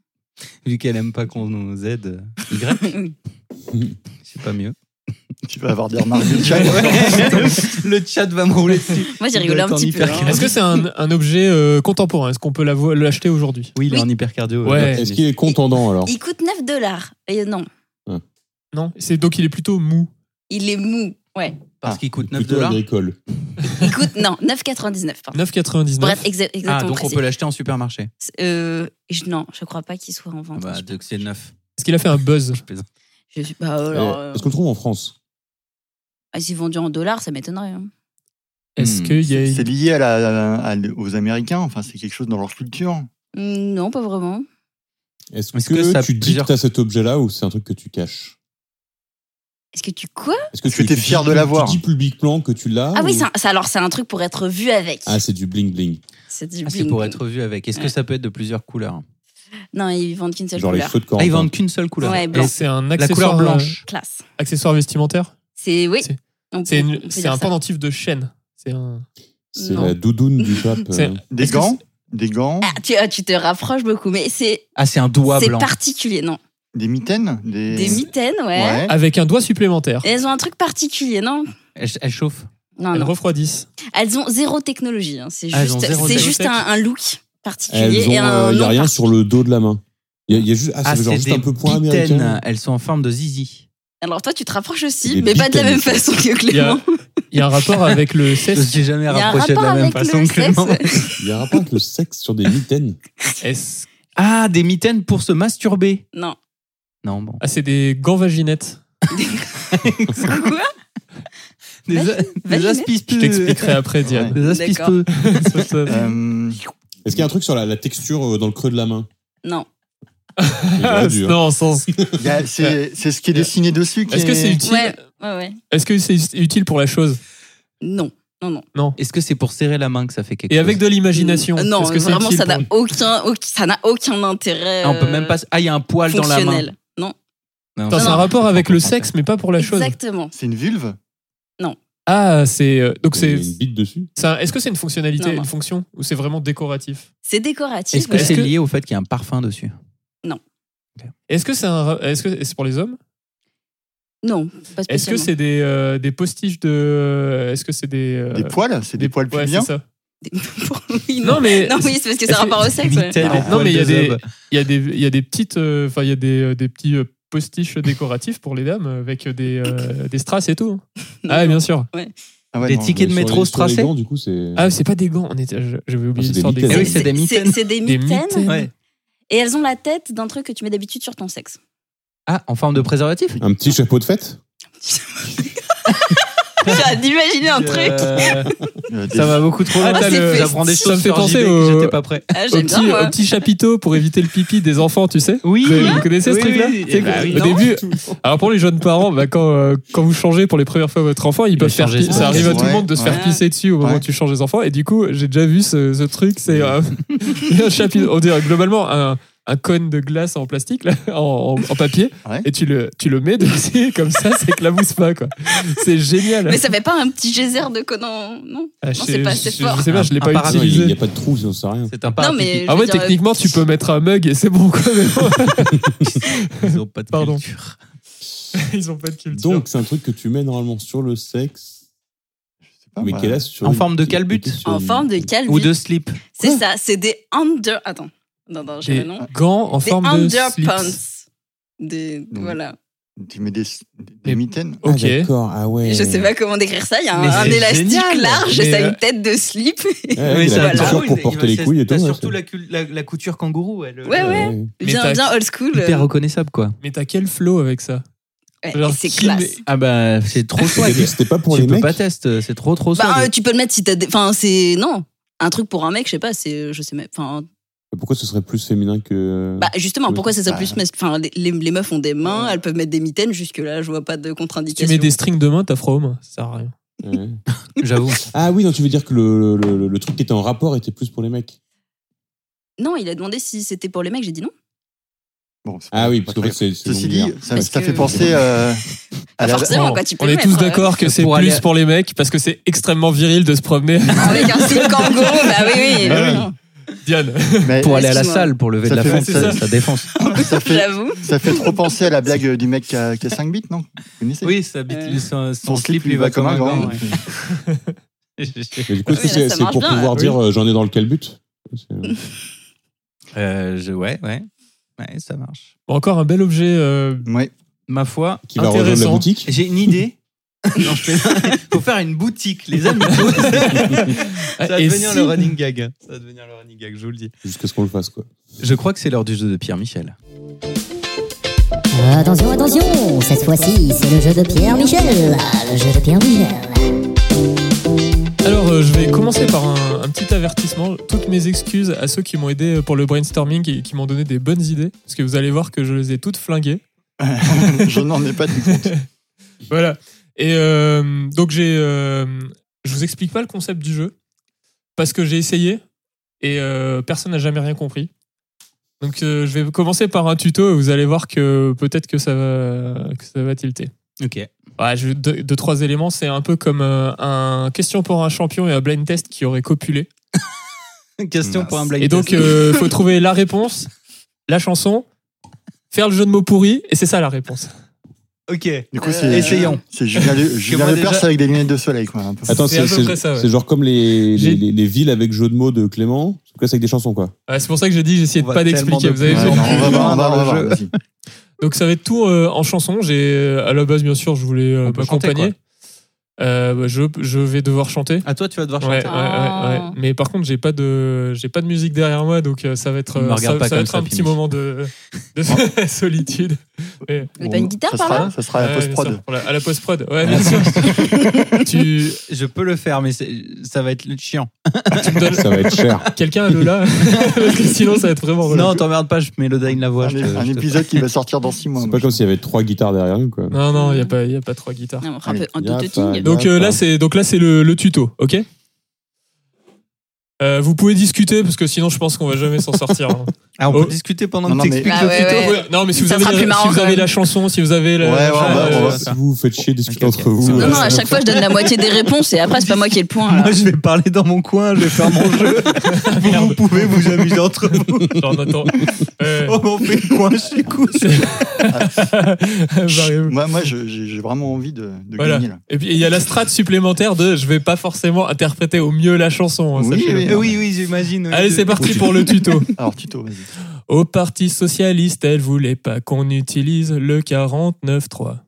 Vu qu'elle aime pas qu'on nous aide. Y.
Oui.
C'est pas mieux.
Tu vas avoir des remarques de chat.
le chat va me rouler dessus.
Moi, j'ai rigolé un
Il doit être en
petit peu.
hypercalcul.
hein.
Est-ce que c'est un, un objet euh, contemporain Est-ce qu'on peut l'avo- l'acheter aujourd'hui
Oui, il est
Oui.
en hypercardio.
Ouais.
euh,
Est-ce qu'il est contendant alors
Il coûte 9 dollars. Et non,
Non. C'est donc il est plutôt mou.
il est mou. Ouais.
Parce qu'il coûte 9
Plutôt
dollars.
agricole.
Il coûte, non, 9,99. pardon.
9,99.
Pour être exa- exactement
Ah, donc on
précis.
peut l'acheter en supermarché.
Euh, je- non, je crois pas qu'il soit en vente. hein,
Bah, donc c'est neuf.
Est-ce qu'il a fait un buzz
Je suis pas.
Euh,
alors, euh,
Est-ce qu'on le trouve en France
ah, s'il est vendu en dollars, ça m'étonnerait. hein.
Est-ce
Hmm.
qu'il y a
C'est lié à la, à- aux Américains, enfin, c'est quelque chose dans leur culture.
Mm, Non, pas vraiment.
Est-ce
Est-ce
que,
que ça a
tu dis
plusieurs-
que t'as cet objet-là ou c'est un truc que tu caches
Est-ce que tu quoi
Est-ce que
Est-ce que t'es
tu
fier
dis-
de l'avoir
Tu dis publiquement que tu l'as
Ah oui,
Oh.
ou-
c'est un- ça, alors c'est un truc pour être vu avec.
Ah, c'est du bling bling.
c'est du
Ah, c'est
bling
pour
bling.
être vu avec. Est-ce que ça peut être de plusieurs couleurs
Non, ils vendent qu'une seule
Genre les hein.
couleur.
cheveux de
Ah, ils
Corentin.
vendent qu'une seule couleur.
Ouais,
Et
blanc.
c'est un
La
accessoire
couleur
euh,
blanche.
Classe.
accessoire vestimentaire
C'est oui.
C'est-
on peut-
C'est une-
on peut
c'est
dire
un
ça.
pendentif de chaîne. C'est un.
C'est
Non.
la doudoune du pape.
C'est-
euh.
Des
Est-ce que
gants, des gants,
Ah, tu, ah, tu te rapproches beaucoup, mais c'est
euh,
Ah, c'est un doigt
c'est
blanc.
particulier, non
des mitaines, des,
Mmh.
Des mitaines, ouais.
Ah,
Ouais.
Avec un doigt supplémentaire.
Et Elles ont un truc particulier, non
Elle, elle chauffe.
Non,
Elles
non.
refroidissent.
Elles ont zéro technologie. hein. C'est
Elles ont
juste,
zéro
c'est juste un,
technologie.
un look particulier.
Elles ont,
et un
euh, y a
nom
rien
par-
sur le dos de la main. Il y a, y a juste, ah,
Ah,
c'est genre
c'est
juste
des
un peu point
mitaines.
américain.
Elles sont en forme de zizi.
Alors toi, tu te rapproches
Des
aussi, mais pas de la
bitaines.
même façon que
Il y, a,
Clément.
il y a un rapport avec le
Je
sexe.
suis jamais
Il y a un
rapproché de
rapport
la même
avec
façon
le
que Clément.
sexe.
Il y a un rapport avec le sexe sur des mitaines.
Est-ce-
Ah, des mitaines pour se masturber.
Non.
Non, bon.
Ah, c'est des gants vaginettes.
Quoi
Des,
Vas-y, vas-y, mec.
aspices.
Je t'expliquerai après, Diane.
Des aspices.
D'accord.
Ça, ça-
Euh,
Est-ce qu'il y a un truc sur la, la texture euh, dans le creux de la main
Non.
Il y aurait dû, hein.
non, sans.
il y a- c'est c'est ce qui est dessiné dessus. qui
Est-ce que c'est utile
Ouais, ouais, ouais.
Est-ce que c'est utile pour la chose
Non. Non, non.
Est-ce que c'est pour serrer la main que ça fait quelque
Et
chose
avec de l'imagination
Euh, Non,
est-ce que c'est
vraiment,
utile
ça
pour-
n'a aucun, aucun- ça n'a aucun intérêt.
Ah, on peut même pas. Ah, il y a un poil dans la main.
Euh, fonctionnel. Non,
Non,
Attends,
c'est-
c'est un rapport avec le sexe, mais pas pour la chose.
exactement.
C'est une vulve
Ah, c'est euh, donc
Il y a
c'est.
une bite dessus.
c'est un- Est-ce que c'est une fonctionnalité,
Non, non.
une fonction, ou c'est vraiment décoratif
C'est décoratif.
Est-ce que
voilà.
c'est
que-
lié au fait qu'il y a un parfum dessus
Est-ce que c'est un, ra- est-ce que c'est pour les hommes
Non, pas
Est-ce que
spécialement.
c'est des, euh, des postiches de, est-ce que c'est des, euh,
Des poils C'est des, poils
ouais,
pubiens
c'est ça.
Oui, non.
Non mais
Non, oui, c'est parce que ça
est-ce
a rapport
que-
au sexe. ouais.
Mitaines et
non
poils
mais il y a
de
des,
zob.
il y a des, il y a des petites, euh, enfin il y a des, euh, des petits euh, postiches décoratifs pour les dames avec des, euh, des strass et tout. Ah bien sûr.
Ah ouais,
Des
non,
tickets de
Sur les-
métro
sur les
stracés
gants, du coup, c'est.
Ah c'est pas des gants. On était, je- j'avais oublié
c'est des
l'histoire des
mitaines.
gants.
Eh oui, c'est des mitaines.
C'est c'est des
Des
mitaines.
mitaines.
Ouais.
Et elles ont la tête d'un truc que tu mets d'habitude sur ton sexe.
Ah, en forme de préservatif
Un petit chapeau de fête
J'ai d'imaginer un truc.
Euh,
euh, des-
Ça va beaucoup trop loin.
Ah, t'as
le-
J'apprends des
ça
choses
me fait
sur
penser
JB
au-
que j'étais pas prêt.
Ah,
au
J'aime bien,
petit,
moi.
au petit chapiteau pour éviter le pipi des enfants, tu sais.
Oui.
Vous, avez- vous connaissez ce
Oui,
truc-là
oui,
Tu sais
eh
que-
bah oui,
Au
non.
début, alors pour les jeunes parents, bah, quand, euh, quand vous changez pour les premières fois votre enfant, ils peuvent
a
faire
changé
pi-
son
ça arrive à tout le
Ouais,
monde de se faire
ouais.
pisser dessus au moment
Ouais.
où tu changes les enfants. Et du coup, j'ai déjà vu ce, ce truc, c'est euh, il y a un chapitre, on dirait globalement un, un cône de glace en plastique, là, en, en- en papier,
Ouais.
et tu le, tu le mets dessus, comme ça, ça éclabousse pas. quoi. C'est génial.
Mais ça fait pas un petit geyser de Conan, non
Ah,
non, c'est pas- c'est
je-
fort.
je sais pas, je l'ai
Un
pas
parano,
Non, Il n'y
utilisé.
a pas de trou, sinon ça sert à rien.
C'est un
Non,
parapluie.
mais. je
Ah
veux
ouais,
dire, euh,
techniquement, tu peux mettre un mug et c'est bon, quoi. mais bon,
Ah, Ils ont pas de
Pardon.
culture.
ils ont pas de culture.
Donc, c'est un truc que tu mets normalement sur le sexe,
je sais pas, bah,
mais
moi.
qui est là sur.
En
une-
forme de
qui- qui est
calbute.
sur
En
une-
forme de calvi.
Ou de slip.
C'est ça, c'est des under. Attends. Non, non, j'ai
des
le nom.
gants en
Des
forme de
underpants.
slips.
Des.
Oui.
Voilà.
Tu mets des, des
Mais-
mitaines
Ah,
Ok.
D'accord, ah ouais.
Je sais pas comment décrire ça. Il y a un,
Mais
un
c'est
élastique
génial.
large
Mais,
et ça a
euh,
une tête de slip.
Ouais, ouais,
Oui,
il
ça
a
va
Ah la
voilà.
couture
oui,
pour
il
porter
va-
les couilles et tout.
T'as
ouais,
surtout
c'est-
la, cul- la- la couture kangourou. elle,
Ah,
Ouais, ouais. Bien,
tac.
bien old school.
Hyper reconnaissable, quoi.
Mais t'as quel flow avec ça
Ouais,
Genre,
et c'est
qui
classe.
met-
Ah bah, c'est trop
T'as
swag.
dit que C'était pas pour
tu
les
peux
mecs.
pas tester, c'est trop trop swag.
Bah, euh, tu peux le mettre si t'as. des- Enfin, c'est. Non. Un truc pour un mec, je sais pas, c'est. Je sais même. Enfin,
Pourquoi ce serait plus féminin que.
bah, justement,
oui.
pourquoi ça
Bah.
s'appelle plus. mas- Enfin, les, les- les meufs ont des mains, elles peuvent mettre des mitaines, jusque-là, je vois pas de
Tu
contre-indication.
mets des strings de main, t'as froid aux mains. Ça sert à rien.
Ouais.
euh,
J'avoue.
Ah oui, non, tu veux dire que le, le- le- le truc qui était en rapport était plus pour les mecs.
Non, il a demandé si c'était pour les mecs, j'ai dit non.
Bon, c'est pas-
Ah oui,
pas
parce qu'en
très
fait, c'est. c'est
Ceci
l'univers.
dit, ça,
Parce
ça
que-
fait penser euh, à la.
forcément.
Bon,
quoi, tu peux
on
le
est tous
mettre,
d'accord que
Pour
c'est
aller-
plus pour les
euh,
mecs parce que c'est extrêmement viril de se promener
Avec un slip kangourou, bah oui, oui.
Bah oui.
non.
Diane.
Mais
Pour aller à la
Excuse-moi.
salle, pour lever de
Ça
la
fait-
fonte,
c'est
sa
ça.
sa défense.
ça fait,
J'avoue.
ça fait trop penser à la blague euh, du mec qui a, 5 bits, non Vous connaissez
Oui, sa bite,
Euh,
lui, son, son slip lui va comme un gant. ouais.
Mais du coup, est-ce que
Oui, là,
c'est
ça
c'est
marche
pour
bien,
pouvoir
oui.
dire euh, j'en ai dans lequel but C'est-
Euh, je- ouais, ouais. Ouais, ça marche.
Encore un bel objet. euh,
Ouais.
Ma foi,
Qui va rejoindre la
Intéressant.
boutique
j'ai une idée. non, je plaisante. Faut faire une boutique, les amis. ça va
et
devenir
si-
le running gag. Ça va devenir le running gag, je vous le dis.
jusqu'à ce qu'on le fasse quoi.
Je crois que c'est l'heure du jeu de Pierre Michel.
Attention, attention, cette fois-ci, c'est le jeu de Pierre Michel. Le jeu de Pierre Michel.
Alors, euh, je vais commencer par un, un petit avertissement. Toutes mes excuses à ceux qui m'ont aidé euh, pour le brainstorming et qui m'ont donné des bonnes idées, parce que vous allez voir que je les ai toutes flinguées.
Je n'en ai pas du tout.
Voilà. Et euh, donc, j'ai. euh, je vous explique pas le concept du jeu, parce que j'ai essayé et euh, personne n'a jamais rien compris. Donc, euh, je vais commencer par un tuto et vous allez voir que peut-être que ça va, que ça va tilter.
Ok.
Ouais, je, deux, deux, trois éléments, c'est un peu comme euh, un question pour un champion et un blind test qui aurait copulé.
Question pour un blague.
et donc, euh, faut trouver la réponse, la chanson, faire le jeu de mots pourri, et c'est ça la réponse.
euh,
ok.
Du coup, c'est
essayons.
C'est Julien, Le, Julien
moi,
Lepers
déjà-
avec des lunettes de soleil, quoi. un peu.
Attends,
C'est à
c'est
peu près
c'est-
ça, ouais.
c'est genre comme les,
J'ai-
les, les- les villes avec jeu de mots de Clément. En tout cas, c'est avec des chansons quoi.
Ouais, c'est pour ça que j'ai dit, j'essayais
On va
de pas d'expliquer.
tellement de
Vous avez
points.
vu
Ouais, non, on va voir, on va
Dans le
voir,
jeu.
vas-y.
Donc, ça va être tout euh, en chanson. J'ai euh, à la base, bien sûr, je voulais euh,
On peut chanter,
m'accompagner. Euh, bah, je, je vais devoir chanter.
À toi, tu vas devoir
Ouais,
chanter.
ouais, ouais, ouais. Mais par contre, j'ai pas de, j'ai pas de musique derrière moi, donc euh, ça va être,
Ne me
euh,
regarde
ça,
pas
ça
comme
va être
ça,
un
Pimi.
petit moment de, de solitude. Mais-
Il a pas une guitare
ça
par là
sera, ça sera à la
Ouais, bien
post-prod.
sûr, pour la- À la post-prod, ouais, bien sûr. tu,
Je peux le faire, mais c'est- ça va être chiant.
tu me donnes
Ça va être cher.
quelqu'un à Lola, parce que sinon ça va être vraiment relou.
Non, t'emmerde pas, je mets le de la voix.
Un,
je te-
un
je te-
épisode qui va sortir dans 6 mois.
C'est
moi,
pas
je
comme s'il y avait trois guitares derrière nous quoi.
Non, non, il n'y a, pas- y a pas trois guitares.
Non, un
Allez,
peu un
y a
autotune.
pas-
Donc euh, là, c'est donc là c'est le, le tuto, ok Euh, Vous pouvez discuter, parce que sinon je pense qu'on va jamais s'en sortir. hein.
Ah, on peut
Oh.
discuter pendant
Non,
que
non, mais-
t'expliques
Ah
le
ouais,
tuto.
ouais.
Ouais, Non, mais si vous,
Ça
avez,
sera
la,
plus
si
marrant,
vous
quand
avez
même.
la chanson, si vous avez la.
Ouais, ouais, on
machin,
va- on va-
Si vous vous faites chier, discutez
Ok, ok.
entre vous. euh,
Non, non, à chaque fois je donne la moitié des réponses et après c'est pas moi qui ai le point. alors.
Moi, je vais parler dans mon coin,
euh,
je vais faire mon jeu.
Ah,
vous, vous pouvez vous amuser entre vous.
Genre, attends. Euh,
Oh, mon fait coin, je suis cool.
variable.
Moi, moi je- j'ai j'ai vraiment envie de, de
Voilà.
gagner là.
Et puis il y a la strate supplémentaire de je vais pas forcément interpréter au mieux la chanson. hein,
Oui,
sachez-le.
oui,
Oui, oui, j'imagine. oui.
Allez, c'est parti pour le tuto.
Alors, Tito, vas-y.
Au Parti Socialiste, elle voulait pas qu'on utilise le 49.3.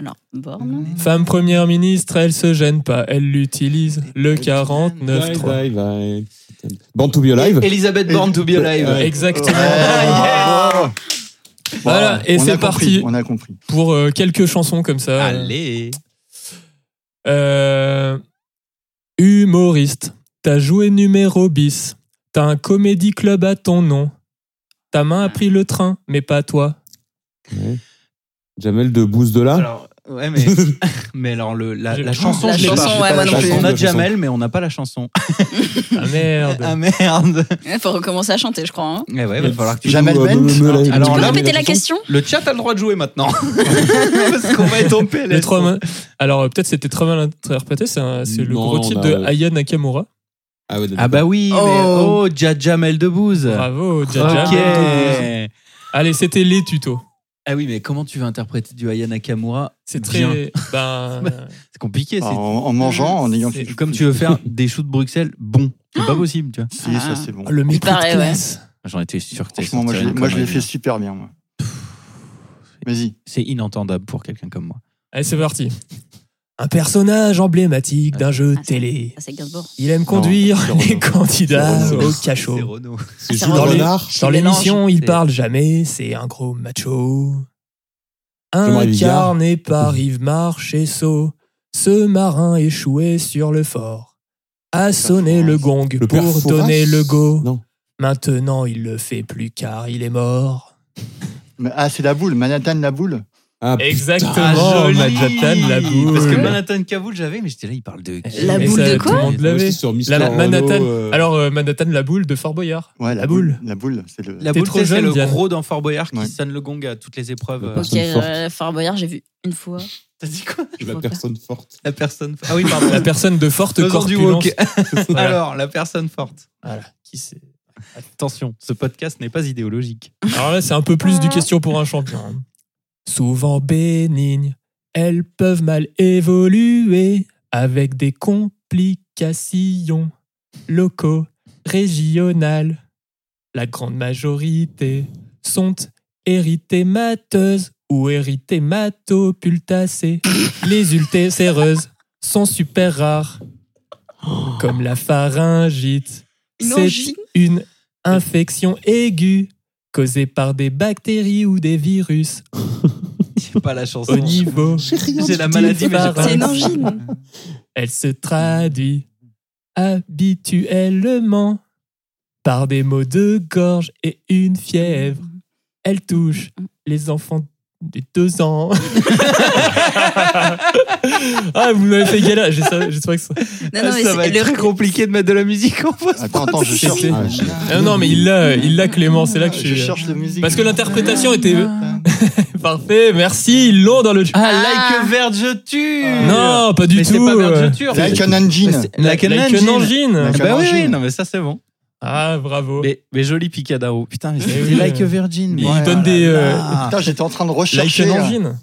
Alors, borne.
Femme première ministre, elle se gêne pas, elle l'utilise le 49.3.
Bye, bye, bye. Born to be alive.
Elisabeth Born to be alive.
Euh, Exactement.
Oh. Bravo.
Voilà, et
On a
c'est
compris,
parti.
On a compris.
Pour euh, quelques chansons comme ça.
Allez.
Euh, humoriste, t'as joué numéro bis, t'as un comédie club à ton nom. Ta main a pris le train, mais pas toi.
Jamel de Boost de là.
Alors, ouais, mais, mais alors, le, la, la chanson,
La
je l'ai
chanson,
pas.
ouais, moi non
La
plus.
On a
chanson.
Jamel, mais on n'a pas la chanson.
Ah merde.
Ah merde.
Ouais, faut recommencer à chanter, je crois. hein.
Eh ouais, va falloir que tu.
Jamel
Ouh,
Bent.
me- me- me-
Alors
Tu peux
là,
répéter la question
Le chat a le droit de jouer maintenant. Parce qu'on va être en PLS.
Les trois mains. Alors euh, peut-être c'était très mal interprété, c'est un- c'est le
Non,
gros
on
titre
a-
de Aya Nakamura.
Ah, ouais,
Ah bah oui, mais
Oh.
oh, Ja- Jamel Debbouze.
Bravo, Ah, Jaja.
Ok.
Allez, c'était les tutos.
Ah oui, mais comment tu vas interpréter du Aya Nakamura
C'est
Bien.
très. Ben,
C'est compliqué. c'est-
En, en mangeant, en ayant.
c'est comme tu veux faire des choux de Bruxelles, bon, c'est
Ah.
pas possible, tu vois.
Si, ça c'est bon.
Ah, le micro
paraît, ouais.
J'en étais sûr que t'allais
Franchement, moi, je,
sortir
l'ai-
une
moi, je l'ai fait
connerie.
super bien. Moi. Vas-y.
C'est inentendable pour quelqu'un comme moi.
Allez, c'est parti. Un personnage emblématique d'un jeu
Ah, c'est-
télé.
Ah, c'est Gainsbourg.
Il aime conduire
c'est
les
Renaud.
candidats
Ah, C'est Renaud.
au
C'est
cachot.
Renaud.
C'est
c'est
Jules
Renaud.
Renard.
Dans
Mélange.
l'émission, il
C'est-
parle jamais, c'est un gros macho.
Jean-Marie Bigard.
Incarné par Yves Marchesso, ce marin échoué sur le fort a sonné le gong
Le père
pour
Fauras
donner le go.
Non.
Maintenant, il le fait plus car il est mort.
Mais- Ah, c'est la boule, Manhattan, la boule.
Ah,
Exactement,
joli
Manhattan, la boule.
Parce que Manhattan Kaboul, j'avais, mais j'étais là, il parle de qui
La
Mais
boule
ça,
de
tout
quoi
le monde l'avait.
Aussi Ah, sur Mister
La- la- Manhattan.
Renaud, euh,
Alors, euh, Manhattan, la boule de Fort Boyard.
Ouais, la,
La boule.
La boule, c'est le.
La
T'es
boule,
trop
tu sais, c'est
jeune,
le
Diane.
gros dans Fort Boyard qui
Ouais.
sonne le gong à toutes les épreuves.
Le
euh.
Ok,
Personne forte.
euh, Fort Boyard, j'ai vu une fois.
T'as dit quoi
la personne forte.
La personne. Ah oui, pardon.
La personne de forte
Faisons du
corpulence.
walk.
Voilà.
Alors, la personne forte.
Voilà. Qui c'est
Attention, ce podcast n'est pas idéologique.
Alors là, c'est un peu plus du question pour un champion. hein. Souvent bénignes, elles peuvent mal évoluer avec des complications locaux, régionales. La grande majorité sont érythémateuses ou érythématopultacées. Les ulcéreuses sont super rares, comme la pharyngite.
Une
C'est
angine.
une infection aiguë causée par des bactéries ou des virus
J'ai pas la chanson.
Oh.
au niveau
rien J'ai la
du
maladie, mais j'ai pas
pharynx.
la
C'est une angine.
Elle se traduit habituellement par des maux de gorge et une fièvre. Elle touche les enfants de deux ans. ah, vous m'avez fait galère. J'ai ça- J'espère que ça.
Ah Non, non, mais
ça va
c'est
être
le-
très compliqué de mettre de la musique en post
Attends, attends, je cherche.
C'est-
Ah, je-
Ah non, mais il l'a, il l'a Clément. C'est là que je
Je
suis. euh,
cherche la musique.
Parce que l'interprétation était parfait. Merci. Ils l'ont dans le.
Ah, like a vert, je tue
non, pas du
Ah. Mais
tout.
c'est pas
euh,
vert, je tue.
Like an engine.
Like an
Like an
engine.
engine.
Ah bah oui,
Virgin.
oui, non mais ça c'est bon.
Ah, bravo.
Mais, mais joli Picadaro. Putain, mais
Eh
c'est
oui.
like a virgin.
Il
Ouais,
donne
oh
des,
là hein.
euh,
là.
Putain, j'étais en train de
Like
rechercher.
an
là.
engine.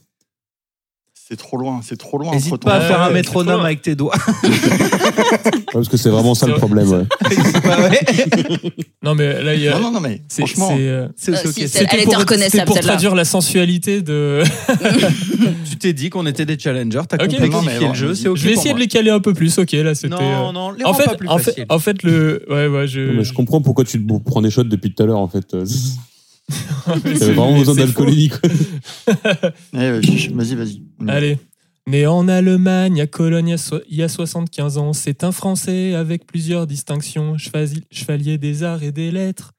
C'est trop loin, c'est trop loin.
Hésite
entre
pas à
Ouais,
faire un
ouais, c'est
métronome
toi.
avec tes doigts.
Ah, parce que c'est vraiment ça le
C'est-
problème. ouais.
Non, mais là, il y
ton-
a.
Non, non, non, mais
c'est-
franchement,
c'est, euh,
C'est
Ah,
c'est ok.
si,
C'est-
Elle était
pour-
reconnaissable,
c'était pour
celle-là.
traduire la sensualité de.
Tu t'es dit qu'on était des challengers, t'as
Ok.
compris
Non, mais
le
bon,
jeu, c'est ok.
je vais essayer de les caler un peu plus, ok, là c'était. euh,
Non, non, les
en,
rends
fait,
pas plus
en, fait,
faciles.
en fait, le. Ouais, ouais,
Non,
je.
mais je comprends pourquoi tu te prends des shots depuis tout à l'heure en fait. Euh,
C'est
T'avais vraiment besoin d'alcoolique. quoi.
eh, euh, je- je- vas-y, vas-y.
Mm.
On y va.
Allez. Né en Allemagne, à Cologne, il y a so- il y a 75 ans, c'est un Français avec plusieurs distinctions, chevasi- chevalier des arts et des lettres.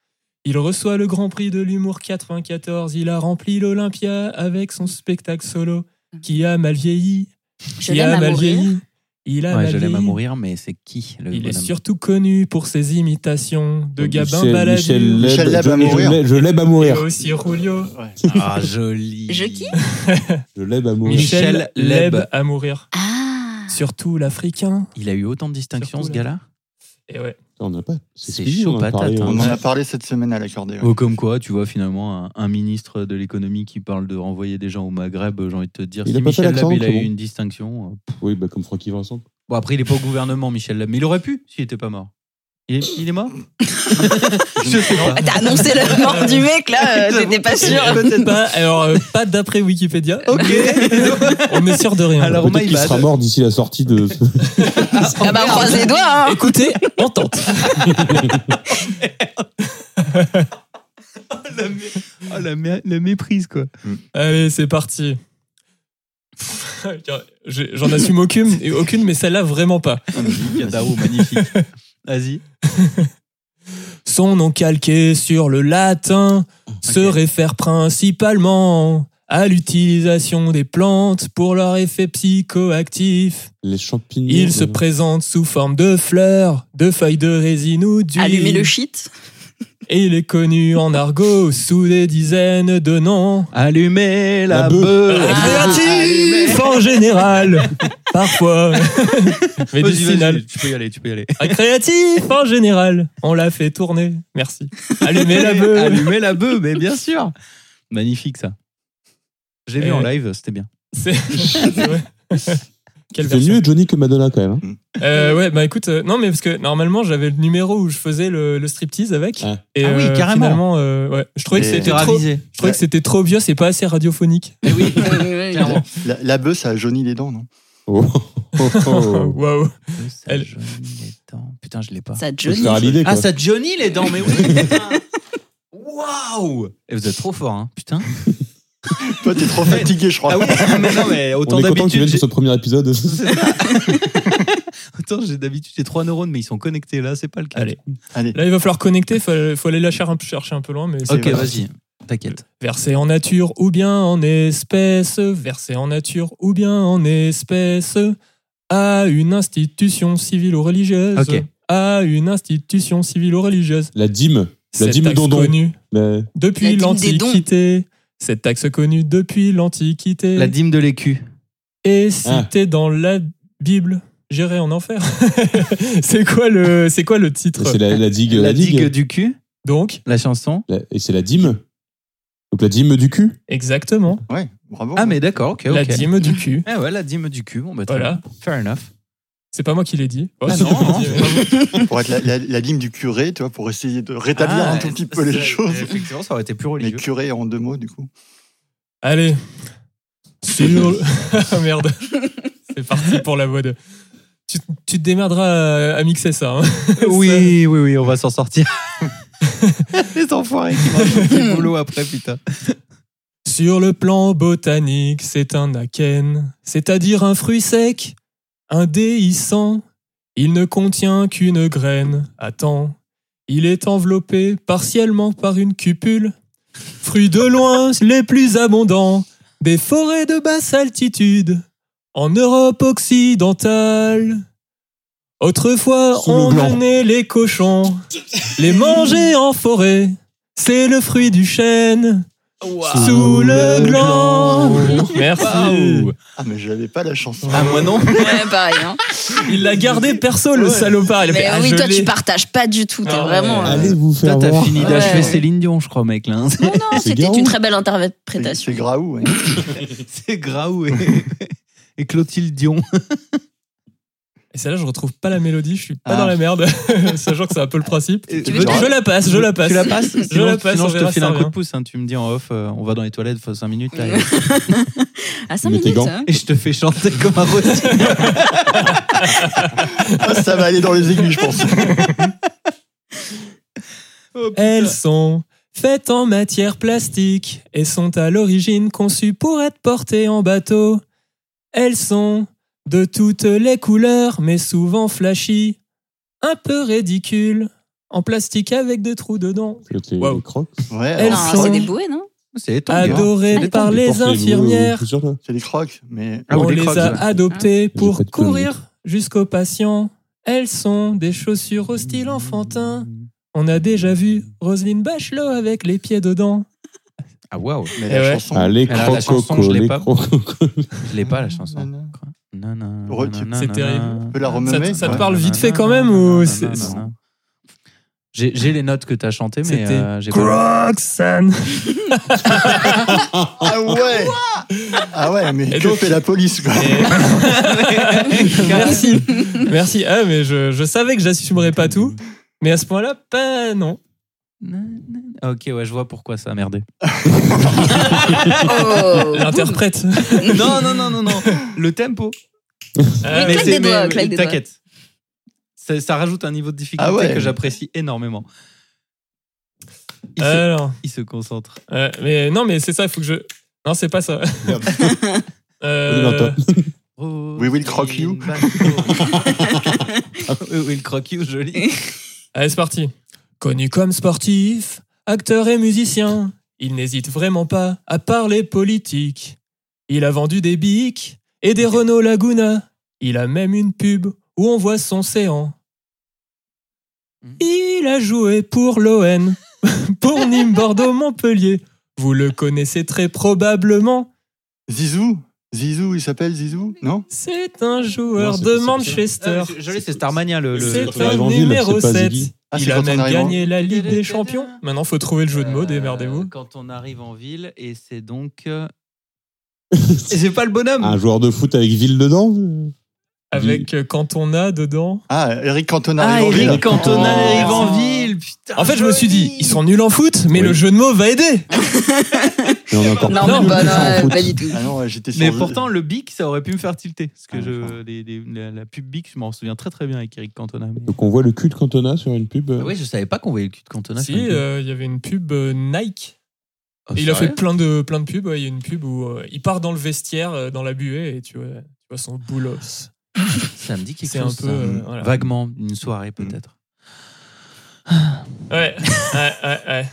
Il reçoit le Grand Prix de l'humour 94, il a rempli l'Olympia avec son spectacle solo, qui a mal vieilli.
Mm. Je
qui a
l'aime à
mal
mourir.
vieilli. Il a
Ouais,
mal
je l'aime à
vieilli.
mourir, mais c'est qui le
Il est
bonhomme
surtout connu pour ses imitations de Gabin
Michel-
Balladur.
Michel Leb-
Michel Leb
je-
à mourir.
je l'ai- Je l'aime à
Il y a
mourir.
aussi Rulio.
Ah, joli.
Je qui
Je l'aime à mourir.
Michel
Michel
Leb
Leb.
à mourir.
Ah
Surtout l'Africain.
Il a eu autant de distinctions, ce
Surtout, là.
gars-là
Et ouais.
On n'a pas.
C'est
fini,
chaud
on en a
patate,
parlé,
hein.
hein.
On en a parlé cette semaine à l'accordéon.
Oh, comme quoi, tu vois, finalement, un, un ministre de l'économie qui parle de renvoyer des gens au Maghreb, euh, j'ai envie de te dire,
Il
si
a pas fait
Michel Lab,
l'accent,
il a
c'est
eu
bon.
une distinction. euh, pff.
Oui, bah, comme Francky Vincent.
Bon, après, il est pas au gouvernement, Michel Lab, mais il aurait pu s'il était pas mort. Il est, il est mort Je sais pas.
Ah, T'as annoncé la mort du mec là, euh, t'étais pas sûr.
Peut-être
Pas, alors, euh, pas d'après Wikipédia. On n'est sûr de rien.
Alors,
Peut-être qu'il
Maïbad.
sera mort d'ici la sortie de.
Ah bah, on croise les doigts, hein.
Écoutez, on tente.
Ah, la, méprise, quoi.
Allez, c'est parti. J'ai- J'en assume aucune, et aucune, mais celle-là vraiment pas.
magnifique. Vas-y.
Son nom calqué sur le latin se
Ok.
réfère principalement à l'utilisation des plantes pour leur effet psychoactif.
Les champignons.
Il se
euh,
présente sous forme de fleurs, de feuilles de résine ou d'huile.
Allumez le shit.
Et il est connu en argot sous des dizaines de noms.
Allumez la,
La beuh.
beuh.
Créatif en général, parfois
Vas-y,
médicinal.
vas-y, tu peux y aller, tu peux y aller.
Un créatif en général, on l'a fait tourner. Merci. Allumez la beuh.
Allumez la beuh, mais bien sûr. Magnifique, ça. J'ai vu
Euh,
en live, c'était bien.
C'est c'est vrai. Quelle
Tu fais mieux Johnny que Madonna quand même. hein.
Euh, ouais, bah écoute, euh, non, mais parce que normalement j'avais le numéro où je faisais le, le striptease avec.
Ah.
Et
Ah oui,
euh,
carrément.
Finalement, euh, ouais, je trouvais que
Et-
c'était trop, je trouvais que c'était trop vieux, c'est pas assez radiophonique.
oui,
Clairement.
La, la bœuf, ça a jauni les dents, non
Oh. Oh, oh.
Waouh.
Ça
Elle-
Johnny les dents. Putain, je l'ai pas.
Ça
Faut se
Johnny.
faire à l'idée quoi.
Ah, ça Johnny les dents, mais oui. putain. Waouh Et vous êtes trop fort, hein, putain.
Toi, t'es trop fatigué, je crois.
Ah oui, mais non, mais
On
autant
est content que
d'habitude.
tu viennes sur
j'ai-
ce premier épisode.
Autant j'ai d'habitude j'ai trois neurones, mais ils sont connectés là, c'est pas le cas.
Allez.
Allez.
Là, il va falloir connecter, faut, faut aller la cher- chercher un peu loin,
Ah,
mais c'est
Ok,
pas grave.
vas-y, t'inquiète.
Versé en nature ou bien en espèce, versé en nature ou bien en espèce, à une institution civile ou religieuse,
Ok.
à une institution civile ou religieuse.
La dîme. Bah, La
Cet
dîme
axe
dondon.
connu
La-
La
depuis
dîme des dons.
l'Antiquité, cette taxe connue depuis
La
l'Antiquité,
dîme Ah. de l'écu.
est citée dans la Bible. J'irai en enfer. c'est quoi le, c'est quoi le titre
C'est la, la digue. La,
la digue
digue.
du cul.
Donc
La chanson
La- Et c'est la dîme Donc la dîme du cul
Exactement.
Ouais, bravo.
Ah, mais d'accord, ok, ok.
La dîme du cul.
Ah ouais, la dîme du cul. Bon, bah, très
Voilà.
bien. Fair enough.
C'est pas moi qui l'ai dit. Oh,
Ah
c'est
non,
pas moi
non,
qui
c'est
l'ai dit.
Pour être la, la, la dîme du curé, tu vois, pour essayer de rétablir
Ah,
un tout petit peu
c'est-
les choses.
Effectivement, ça aurait été plus
Mais
religieux.
curé en deux mots, du coup.
Allez. Sur le- Ah, Merde. C'est parti pour la voix de. Tu, tu te démerderas à, à mixer ça. hein.
Oui, oui, oui, on va s'en sortir. les enfoirés qui vont faire boulot après, putain.
Sur le plan botanique, c'est un akène, c'est-à-dire un fruit sec, indéhiscent. Il ne contient qu'une graine. Attends, il est enveloppé partiellement par une cupule. Fruit de loin les plus abondants des forêts de basse altitude en Europe occidentale. Autrefois,
Sous le
on
blanc.
menait les cochons, les mangeait en forêt. C'est le fruit du chêne. Sous le gland. Merci.
Ah, mais j'avais pas la chanson.
Ah, moi non
Ouais, pareil. Hein.
Il l'a gardé perso, le
Ouais.
salopard. Il a
Mais
fait, ah,
oui,
je
toi,
l'ai.
tu partages pas du tout. T'es
Ah ouais.
vraiment. euh,
Allez vous
Toi,
faire
t'as
voir.
fini
Ouais.
d'achever Céline Dion, je crois, mec, là. hein.
Non, non, c'était
Garou.
une très belle
C'est
interprétation.
c'est Graou. ouais.
C'est Graou et, et Clotilde Dion.
Et celle-là, je retrouve pas la mélodie. Je suis pas
Ah.
dans la merde. Sachant que c'est un peu le principe.
Tu
veux dire-
Je la passe, je la passe.
Tu la passes Sinon,
la passe,
sinon
on
je te
verra
file
ça
un coup de
revient.
pouce. hein, tu me dis en off, euh, on va dans les toilettes, 5 minutes. Là, et-
À 5
Mais t'es
minutes.
gants.
hein.
et je te fais chanter comme un rôti.
Ah, ça va aller dans les aiguilles, je pense.
Elles sont faites en matière plastique et sont à l'origine conçues pour être portées en bateau. Elles sont de toutes les couleurs, mais souvent flashy, un peu ridicules, en plastique avec des trous dedans. Wow.
crocs.
Ouais,
Elles
alors,
Non,
sont-
c'est des bouées, non
C'est étonnant.
Adorées
Ah,
par
attends,
les infirmières,
c'est des crocs, mais.
Ah, ou
on
des
les
crocs,
a
ouais.
adoptées
Ah, J'ai pas
pour
de
courir jusqu'aux patients. Elles sont des chaussures au style enfantin. On a déjà vu Roselyne Bachelot avec les pieds dedans.
Ah, waouh.
Mais
Eh
la
ouais.
chanson.
Allez,
Alors, la chanson,
crococo,
je l'ai
les
pas.
crococo.
Je l'ai pas, la chanson. Nanana,
Re- tu-
nanana,
c'est terrible.
nanana.
On peut la
Ça
renommer
te- ça te
ouais.
parle vite fait quand même ou c'est-
J'ai j'ai les notes que t'as chantées, mais
C'était
euh, j'ai pas.
Croxane.
Ah ouais Ah ouais, mais
Et
que
donc-
fait la police, quoi
Merci. Merci. Ah, mais je, je savais que j'assumerais pas tout. Mais à ce point-là, pas non.
Nanana. Ok, ouais, je vois pourquoi ça a merdé.
Oh
L'interprète.
non, non, non, non, non. Le tempo.
Ah,
Mais
c'est-
claque des doigts, claque des doigts.
T'inquiète. Ça, ça rajoute un niveau de difficulté
Ah ouais.
que j'apprécie énormément. Euh. Il, se,
Alors,
il se concentre.
euh, mais non, mais c'est ça, il faut que je. Non, c'est pas ça. Euh,
On est dans
We will crock you.
We will crock you, joli.
Allez, c'est parti. Connu comme sportif, acteur et musicien, il n'hésite vraiment pas à parler politique. Il a vendu des bics et des Renault Laguna. Il a même une pub où on voit son séant. Il a joué pour l'ON, pour Nîmes, Bordeaux, Montpellier. Vous le connaissez très probablement.
Zizou Zizou, il s'appelle Zizou Non
C'est Ah un joueur
Non, c'est-
de
c'est-
Manchester.
Joli, c'est Starmania le. le-
C'est
quand il
un
arrive en ville,
numéro
c'est pas
7.
Ziggy.
Ah,
Il
c'est
a
quand on
même
arrive en-
gagné la Ligue des Champions. Maintenant, faut trouver le jeu de mots,
Euh,
démerdez-vous.
Quand on arrive en ville et c'est donc. euh, et c'est pas le bonhomme.
Un joueur de foot avec ville dedans
Avec euh, quand on a dedans.
Ah, Eric Cantona
Ah,
arrive en ville.
Eric Cantona arrive
Oh.
en ville. Putain,
En fait, je me suis dit,
joli.
ils sont nuls en foot, mais
Oui. Ah,
le jeu de mots va aider.
Mais on est encore
Non,
plus
Non,
mais pas,
nuls en
non,
foot.
pas du tout.
Ah non, ouais, j'étais sur
Mais
le-
pourtant, le bic, ça aurait pu me faire tilter. Parce que
Ah,
je,
d'accord.
les- les- la, la pub bic, je m'en souviens très très bien avec Eric Cantona. Mais...
Donc on voit le cul de Cantona sur une pub.
Ah oui, je savais pas qu'on voyait le cul de Cantona.
Si,
sur une pub.
euh, il y avait une pub euh, Nike.
Oh,
Et il a
sérieux
fait plein de, plein de pubs. ouais, Il y a une pub où euh, il part dans le vestiaire, euh, dans la buée, et tu vois, tu vois son boulos.
Ça me dit quelque
C'est un
chose.
peu.
ça.
euh, voilà. Mm.
Vaguement, une soirée peut-être.
Ouais, ouais, ouais, ouais.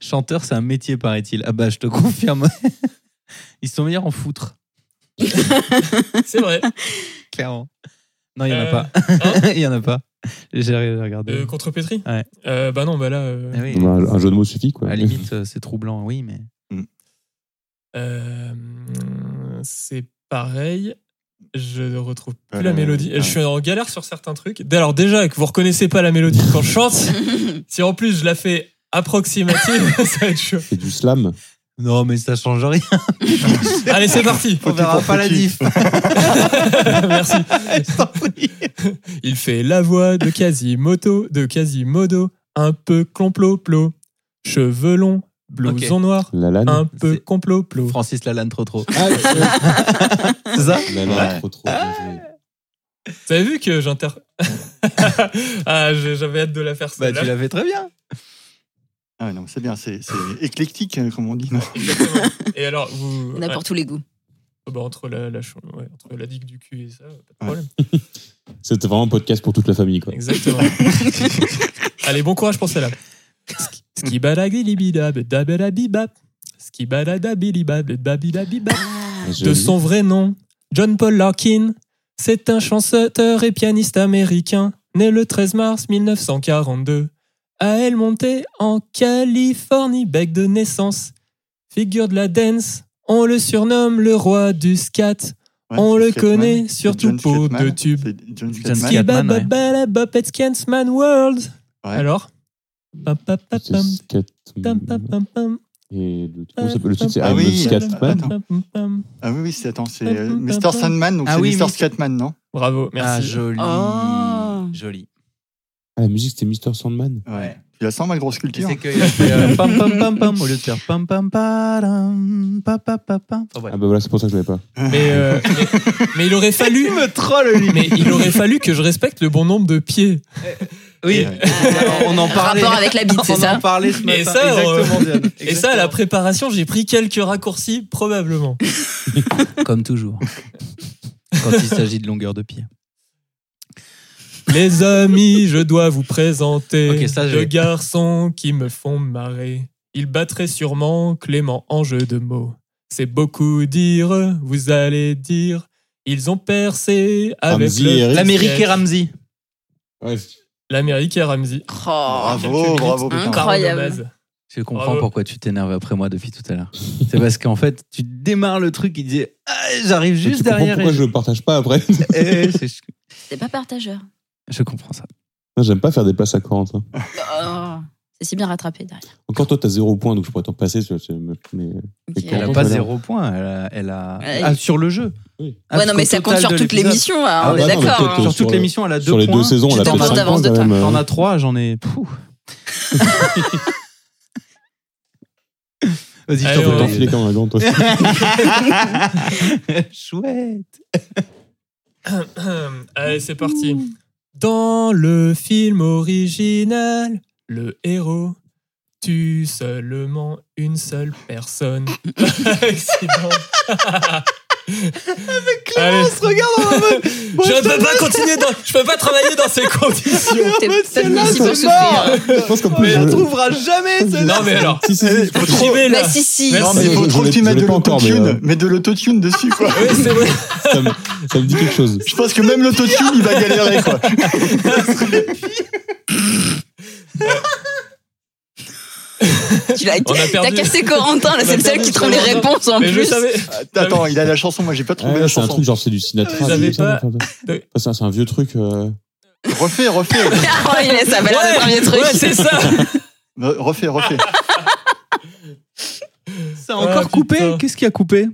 Chanteur, c'est un métier, paraît-il. Ah bah, je te confirme. Ils sont meilleurs en foutre,
C'est vrai.
clairement. Non, il n'y en a
Euh,
pas.
hein
Il n'y en a pas. J'ai j'ai regardé.
Euh, contre Petri
Ouais.
Euh, bah non, bah là. euh,
Ah oui.
Un, un jeu de mots suffit
À
quoi.
la limite, euh, c'est troublant, oui, mais.
euh, c'est pareil. Je ne retrouve plus
Euh,
la mélodie.
ouais.
Je suis en galère sur certains trucs. Dès- Alors déjà que vous reconnaissez pas la mélodie quand je chante, si en plus je la fais approximative, ça va être chaud.
C'est du slam.
Non, mais ça change rien.
Allez, c'est parti.
On verra pas la diff.
Merci. Il fait la voix de Quasimodo, de Quasimodo, un peu complot-plot, cheveux longs, blouson
Ok.
noir,
Lalanne.
un peu complot-plot.
Francis Lalanne trop trop.
Ah,
Ah, C'est ça
Lalanne,
Ouais.
trop trop.
T'avais vu que j'inter... ah, j'ai- j'avais hâte de la faire
Bah,
celle-là.
tu l'avais très bien.
Ah, non, c'est bien, c'est c'est éclectique, euh, comme on dit. non
Exactement. Et alors, vous...
On a pour tous les goûts.
Ah, bah, entre, la, la ch- ouais, entre la digue du cul et ça, pas de
Ouais.
problème.
C'était vraiment un podcast pour toute la famille, quoi.
Exactement. Allez, bon courage pour celle-là. Skibalagilibidab, dabalabibab, skibaladabilibab, dabilabibab.
Je-
De son vrai nom, John Paul Larkin, c'est un chanteur et pianiste américain, né le 13 mars 1942, à El Monte, en Californie, bec de naissance. Figure de la dance, on le surnomme le roi du scat.
Ouais,
On
c'est
le
Scatman,
connaît
c'est
surtout
John
pour
Scatman,
deux tubes.
c'est John
John
Scatman.
Scatman. Scatman, ouais.
Skibabababab, it's Ken's Man World.
Ouais.
Alors Pam, pam, pam,
C'est
pam,
Scatman.
tam, pam, pam, pam,
Et le, comment ça s'appelle le titre c'est
Ah
I'm
oui,
Scatman.
attends.
pam, pam, pam.
Ah oui, oui, c'est attends, c'est euh, Mr. Sandman, donc
Ah
c'est
oui,
Mr.
oui.
Scatman, non
Bravo,
Ah,
merci.
joli.
Oh.
Joli.
Ah, la musique, c'était Mr. Sandman.
Ouais. Tu la sens, ma grosse
Tu
culture
sais qu'il a fait euh, pam pam pam pam au lieu de faire pam pam pam pam pam pam pam. Enfin, bref.
Ah bah voilà, c'est pour ça que je l'avais pas.
mais, euh, mais, mais il aurait fallu,
me troll lui.
mais il aurait fallu que je respecte le bon nombre de pieds.
Oui, on en parlait.
Euh, Rapport avec la bite, c'est
on
ça
en parlait ce matin.
Et ça, euh,
Exactement, Diane.
Et ça, à la préparation, j'ai pris quelques raccourcis, probablement.
Comme toujours. Quand il s'agit de longueur de pied.
Les amis, je dois vous présenter
Ok, ça, j'ai.
deux garçons qui me font marrer. Ils battraient sûrement Clément en jeu de mots. C'est beaucoup dire, vous allez dire. Ils ont percé avec
Ramsey et
le
Eric.
L'Amérique et Ramsey.
Ouais,
L'Amérique et Ramsey.
Oh.
Bravo, bravo, putain.
Incroyable.
Je comprends
Bravo.
pourquoi tu t'énerves après moi depuis tout à l'heure. C'est parce qu'en fait, tu démarres le truc, il dit Ah, j'arrive
tu
juste
comprends
derrière.
Pourquoi
et-
je le partage pas après
Eh, c'est-
C'est Oh. pas partageur.
Je comprends ça.
Non, J'aime pas faire des places à 40. hein.
Oh. C'est si bien rattrapé derrière.
Encore toi, t'as zéro point, donc je pourrais t'en passer. tu vois, c'est- Mais
Ok.
Et
Elle
Comment
a pas
ça a l'air
zéro point. Elle a, elle a-
Ouais.
Ah, sur le jeu.
Oui.
Ah, parce
ouais, non, mais
qu'au
ça compte
total
sur
de
toute
l'épisode-
l'émission. ah,
Ah
on
bah
est
non, mais
d'accord.
toi,
hein.
t'es-
Sur toute
Sur-
l'émission, elle a deux
sur les
points.
deux saisons,
Tu
elle a
t'en
fait
penses
5
d'avance
points
de
quand
toi.
même. euh.
T'en as trois, j'en ai. Pouh. Vas-y, je
Allez,
t'en
Faut
on va-
prie.
t'enfiler comme un gant, hein, toi.
Chouette.
Euh, Allez, c'est parti. Dans le film original, le héros tue seulement une seule personne. Accident. Allez.
regarde en mode.
je ne peux pas continuer dans, je peux pas travailler dans ces conditions.
T'es pas venu ici pour
c'est mort.
souffrir.
Je pense qu'en
Mais
je-
elle trouvera jamais celle-là.
Non mais alors,
Si, si, si.
faut trouver là.
Bah, si, si.
Merci.
Non, mais
Je-
faut
je
trop que
l'ai-
tu
je
mettes
l'ai
de
pas encore, mais,
l'autotune.
euh,
Mets de l'autotune dessus, quoi.
Oui, c'est vrai.
ça, me, ça me dit quelque chose.
Je pense que même l'autotune, il va galérer, quoi.
Tu l'as-
On a
T'as
perdu.
cassé Corentin, là, c'est le seul qui trouve les réponses en
Mais je
plus.
savais.
Attends, il a la chanson, moi j'ai pas trouvé
Ah,
la
c'est un
chanson.
truc genre c'est du Sinatra.
Vous
du-
avez
ça,
pas-
enfin, de- Enfin,
de-
c'est un- c'est un vieux truc. euh,
Refais, refais.
Ah ouais, ça va l'air
Ouais,
le premier truc.
Ouais, c'est ça.
Euh, Refais, refais.
Ça a encore
Ah,
coupé
putain.
Qu'est-ce qui a coupé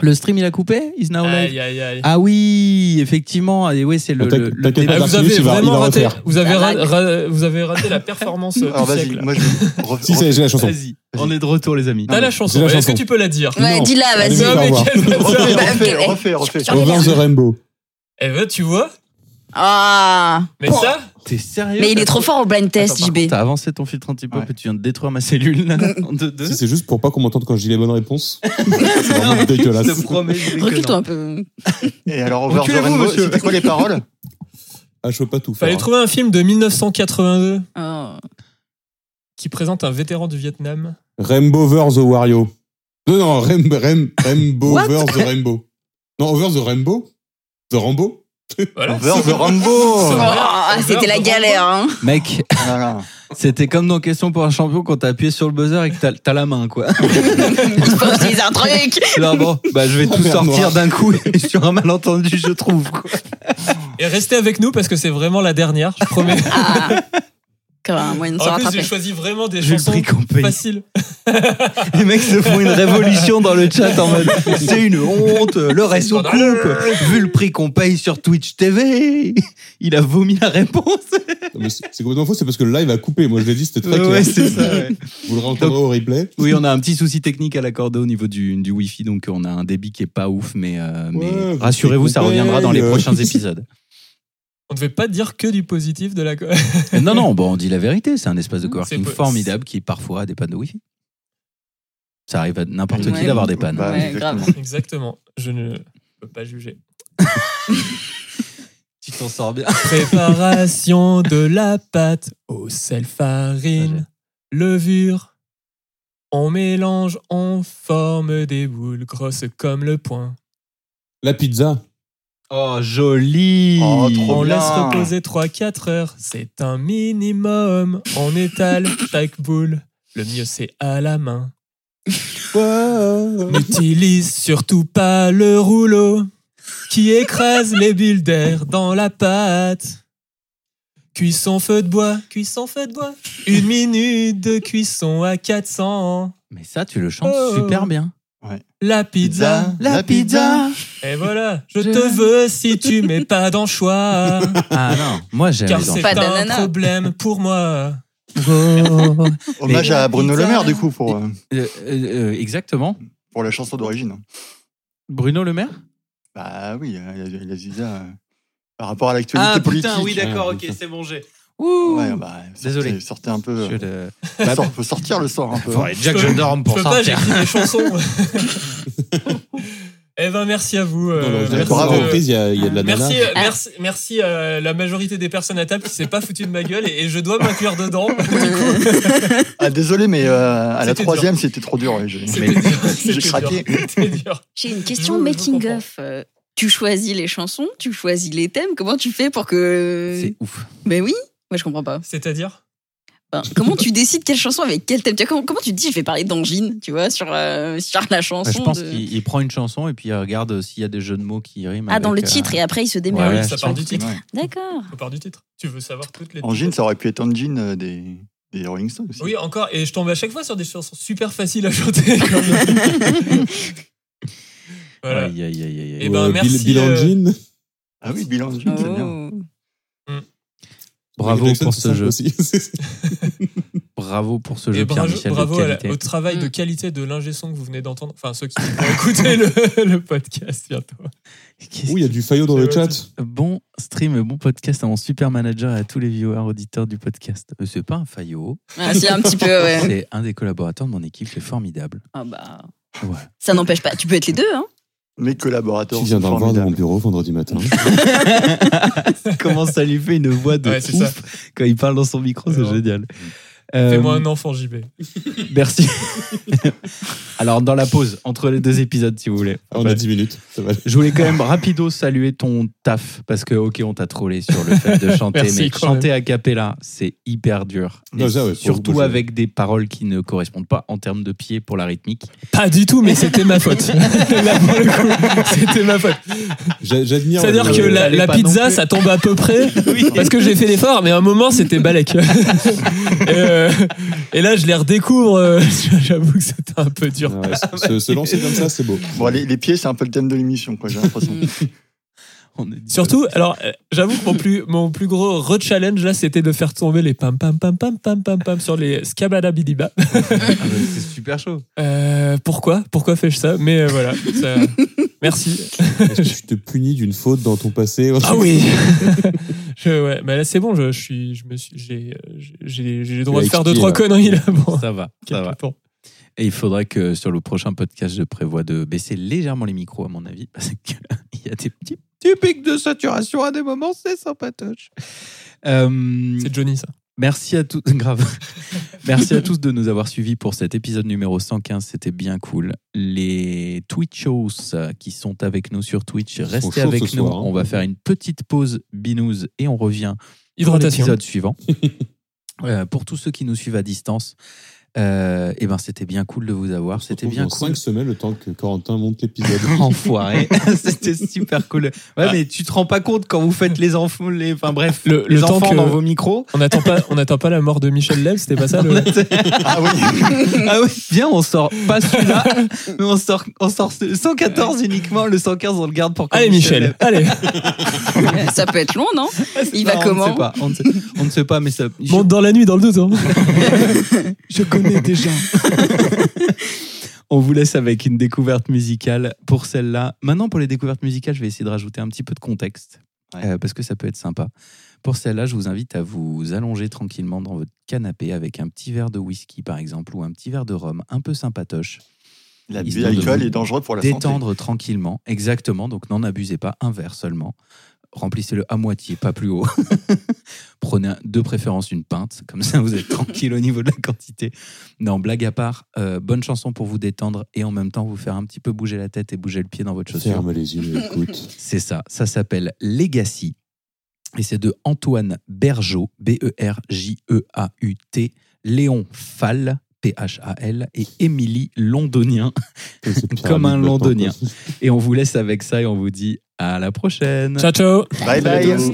Le stream, il a coupé Is now live
Aïe aïe aïe.
Ah oui, effectivement. Et oui, c'est le,
T'inquiète-
le- le
t'inquiète
débat.
Ah,
pas,
vous
Martinus,
avez
il va- il
vraiment
va
raté.
refaire.
Vous avez,
La
ra-
blague.
ra- vous avez raté la performance euh,
Alors
du
vas-y,
siècle.
moi je. Refais.
Si, c'est j'ai la chanson.
Vas-y, on est de retour, les amis.
T'as la
C'est
chanson.
la
Est-ce que
chanson.
tu peux la dire
Ouais,
Non.
dis-la,
Allez,
vas-y.
vas-y.
mais
voir.
quel
Refais,
bazar.
refais,
Bah,
refais, refais.
sur-
Over the Rainbow.
Eh ben, tu vois
Ah.
Mais ça
T'es sérieux
Mais il
t'as
est trop fort au blind
Attends,
test,
par contre,
JB.
T'as avancé ton filtre un petit peu,
Ouais.
puis tu viens de détruire ma cellule là, en deux deux.
Si, c'est juste pour pas qu'on m'entende quand je dis les bonnes réponses. c'est vraiment dégueulasse.
Je te promets, je vais que
Recule-toi
non.
un peu.
Et alors, Over the
Reculez-vous,
Rainbow,
monsieur.
c'était quoi les paroles
Ah, je peux pas tout faire.
Fallait trouver un film de 1982
Oh.
qui présente un vétéran du Vietnam.
hein. Rainbow Over the Wario. Non, non, Rainbow, Rainbow
What
Over the Rainbow. Non, Over the Rainbow The Rambo
Ah,
Over the Rainbow.
Ah, C'était la galère. Hein.
Mec, c'était comme dans Question pour un champion quand t'as appuyé sur le buzzer et que t'as- t'as la main, quoi.
Il faut que je dise un truc.
Là, bon, bah, je vais tout
Merde,
sortir
noir.
d'un coup et sur un malentendu, je trouve. quoi.
Et restez avec nous parce que c'est vraiment la dernière, je promets.
Ah. Comme un moyen de se
en plus,
rattraper.
j'ai choisi vraiment des
J'ai le
chansons
prix qu'on paye.
faciles.
Les mecs se font une révolution dans le chat en mode c'est une honte, le reste on coupe. Vu le prix qu'on paye sur Twitch TV, il a vomi la réponse.
Non, mais C'est c'est complètement faux, c'est parce que le live a coupé. Moi, je l'ai dit, c'était très clair.
Ouais, c'est ça. ouais.
Vous le rencontrez au replay.
Oui, on a un petit souci technique à l'accordo au niveau du, du Wi-Fi, donc on a un débit qui est pas ouf, mais, euh, mais
Ouais, vous
rassurez-vous, ça
coupez,
reviendra dans les
euh.
prochains épisodes.
On ne devait pas dire que du positif de la. co-
Mais non, non, bon, on dit la vérité, c'est un espace de coworking
po-
formidable qui parfois a des pannes de Wi-Fi. Ça arrive à n'importe qui
Ouais.
d'avoir des pannes.
Bah,
Ouais, grave.
Exactement. Je ne peux pas juger.
Tu t'en sors bien.
Préparation de la pâte au sel, farine, levure. On mélange, on forme des boules grosses comme le poing.
La pizza.
Oh, joli
Oh, trop
On
bien.
laisse reposer 3-4 heures, c'est un minimum. On étale chaque boule, le mieux c'est à la main. N'utilise surtout pas le rouleau qui écrase les bulles d'air dans la pâte. Cuisson feu de bois, cuisson feu de bois. Une minute de cuisson à 400.
Mais ça, tu le chantes
Oh.
super bien.
La pizza.
La pizza.
Et voilà, je te veux si tu mets pas d'anchois.
Ah non, moi j'aime
Car
les
c'est
Pas
un
d'ananas.
problème pour moi.
enfants.
Hommage
Mais-
à Bruno Le
Pizza.
Maire, du coup, pour, euh,
Euh, euh, euh, exactement.
pour la chanson d'origine.
Bruno Le Maire
Bah oui, euh, la, la Ziza, euh, par rapport à l'actualité politique.
d'accord, ok,
c'est bon, j'ai.
Ouais, bah, sortez-
Désolé.
Sortez un peu. euh,
le...
sort- faut sortir le sort un peu. hein.
Faudrait déjà que
Je
je
peux-
dorme
Je
pour
peux pas,
sortir.
j'écris des chansons. eh ben, merci à vous. euh,
Non, non, je dirais
merci,
pas
bravo.
en reprise, il y a, il y a de la nana.
merci, euh, merci, merci à la majorité des personnes à table qui s'est pas foutu de ma gueule et, et je dois m'inclure dedans. Du coup,
Ah, désolé, mais euh, à
C'était
la
dur.
troisième, c'était trop dur. ouais, j'ai-
c'était dur.
J'ai
c'était
craqué.
dur, c'était dur.
J'ai une
Je-
question
je
making
comprends.
of. Euh, Tu choisis les chansons, tu choisis les thèmes. Comment tu fais pour que
C'est ouf.
Ben oui. Moi, je comprends pas.
C'est-à-dire
Enfin, comment tu décides quelle chanson avec quel thème Tu vois, comment, comment tu te dis, je vais parler d'angine, tu vois, sur, euh, sur la chanson
Bah, je pense
de-
qu'il il prend une chanson et puis il regarde euh, s'il y a des jeux de mots qui riment.
Ah, dans le
avec, euh,
titre, et après, il se
Ouais,
démerde.
Ah
ouais,
oui, ça
je
part
pense.
du titre.
D'accord.
Ça part du titre. Tu veux savoir toutes les.
En jean, ça aurait pu être en jean euh, des, des Rolling Stones aussi.
Oui, encore. Et je tombe à chaque fois sur des chansons super faciles à chanter. voilà.
Aïe, aïe, aïe, aïe, aïe.
Eh ben,
Ou, euh,
merci,
Bill, Bill
euh,
Engine.
Ah oui, bilan
Mmh.
de jean, c'est bien.
Oh.
Bravo
Michael Jackson,
pour
c'est
ce
ça
jeu.
aussi.
Bravo pour ce
Et
jeu,
bravo,
Pierre-Michel de
bravo à la-
qualité.
au travail de
Mm.
qualité de l'ingé son que vous venez d'entendre. Enfin, ceux qui vont écouter le, le podcast bientôt.
Qu'est-ce
Ouh, il y a du faillot dans
C'est
le
vrai,
chat.
Bon stream et bon podcast à mon super manager et à tous les viewers auditeurs du podcast. Euh, C'est pas un faillot,
Ah, si, un petit peu, ouais.
c'est un des collaborateurs de mon équipe qui est formidable.
Ah bah,
Ouais.
Ça n'empêche pas. Tu peux être les deux, hein.
Mes collaborateurs.
Tu viendras
sont
me voir dans mon
formidables.
bureau vendredi matin.
Comment ça lui fait une voix de
Ouais, c'est ça.
ouf quand il parle dans son micro, c'est
Alors.
génial. Euh,
Fais-moi un enfant, JB.
Merci. Alors, dans la pause, entre les deux épisodes, si vous voulez.
Ah, On a 10 minutes. Ça va aller.
Je voulais quand même rapido saluer ton taf parce que, ok, on t'a trollé sur le fait de chanter,
Merci,
mais
quand
chanter a cappella, c'est hyper dur.
Non,
Et
ça, ouais, pour
surtout
le coup, je-
avec des paroles qui ne correspondent pas en termes de pied pour la rythmique.
Pas du tout, mais c'était ma faute. Là, pour le coup, c'était ma faute.
J'a- J'admire.
C'est-à-dire
le-
que la,
Allez
la
pas non
pizza,
plus.
ça tombe à peu près. Parce que j'ai fait l'effort, mais à un moment, c'était balèque. et, euh, et là, je les redécouvre. euh, J'avoue que c'était un peu dur.
Ah ouais, se- se, se lancer comme ça, c'est beau.
Bon, les, les pieds, c'est un peu le thème de l'émission, quoi, j'ai l'impression.
On est-
Surtout, alors, euh, j'avoue que mon plus, mon plus gros re-challenge, là, c'était de faire tomber les pam pam pam pam pam pam pam sur les scabada bidiba.
Ah, mais c'est super chaud.
Euh, pourquoi Pourquoi fais-je ça Mais euh, voilà. ça- Merci.
Est-ce que tu te punis d'une faute dans ton passé
Ah
je, ouais, mais là c'est bon, je, je suis, je me suis, j'ai, euh, j'ai- j'ai, j'ai le droit
l'as
de faire deux
expliqué, là.
trois conneries là. Bon,
Ça va, ça
Quelques
va.
temps.
Et il faudrait que sur le prochain podcast, je prévois de baisser légèrement les micros, à mon avis, parce qu'il y a des petits typiques de saturation à des moments, c'est sympatoche. Euh,
C'est Johnny ça.
Merci à tous. Grave. Merci à tous de nous avoir suivis pour cet épisode numéro 115. C'était bien cool. Les Twitchos qui sont avec nous sur Twitch, restez
chauds
avec
ce
nous.
soir, hein.
on va faire une petite pause binouze et on revient pour
Hydratation.
l'épisode suivant. Euh, pour tous ceux qui nous suivent à distance, euh, eh ben c'était bien cool de vous avoir. C'était bien
dans
cool.
5 semaines, le temps que Corentin monte l'épisode.
Enfoiré, c'était super cool.
Ah.
Ouais, mais tu te rends pas compte quand vous faites les enfants, les, enfin bref,
Le-
les
le temps
enfants
que-
dans vos micros.
On n'attend pas, on n'attend pas la mort de Michel Leb, c'était pas ça le.
Ah oui.
Ah oui, bien, on sort pas celui-là, mais on sort, on sort ce- 114 uniquement, le 115 on le garde pour quand
Allez Michel, allez.
Ça peut être long, non Il
Non,
va
on ne
comment
sait pas, on ne sait, on ne sait pas, mais ça. je-
Monte dans la nuit, dans le dos. hein.
Je connais déjà. On vous laisse avec une découverte musicale pour celle-là. Maintenant, pour les découvertes musicales, je vais essayer de rajouter un petit peu de contexte, euh, parce que ça peut être sympa. Pour celle-là, je vous invite à vous allonger tranquillement dans votre canapé avec un petit verre de whisky, par exemple, ou un petit verre de rhum, un peu sympatoche.
La
Histoire
bulle
de
d'alcool
vous
est dangereuse pour la santé.
Détendre tranquillement, exactement. Donc, n'en abusez pas, un verre seulement. Remplissez-le à moitié, pas plus haut. Prenez un- de préférence une pinte, comme ça vous êtes tranquille au niveau de la quantité. Non, blague à part, euh, bonne chanson pour vous détendre et en même temps vous faire un petit peu bouger la tête et bouger le pied dans votre chaussure.
Ferme les yeux et écoute.
C'est ça, ça s'appelle Legacy et c'est de Antoine Bergeau, E B-E-R-J-E-A-U-T, Léon Fall, P-H-A-L, et Émilie Londonien, comme un Londonien. Et on vous laisse avec ça et on vous dit à la prochaine.
Ciao ciao.
Bye bye.
Bisous.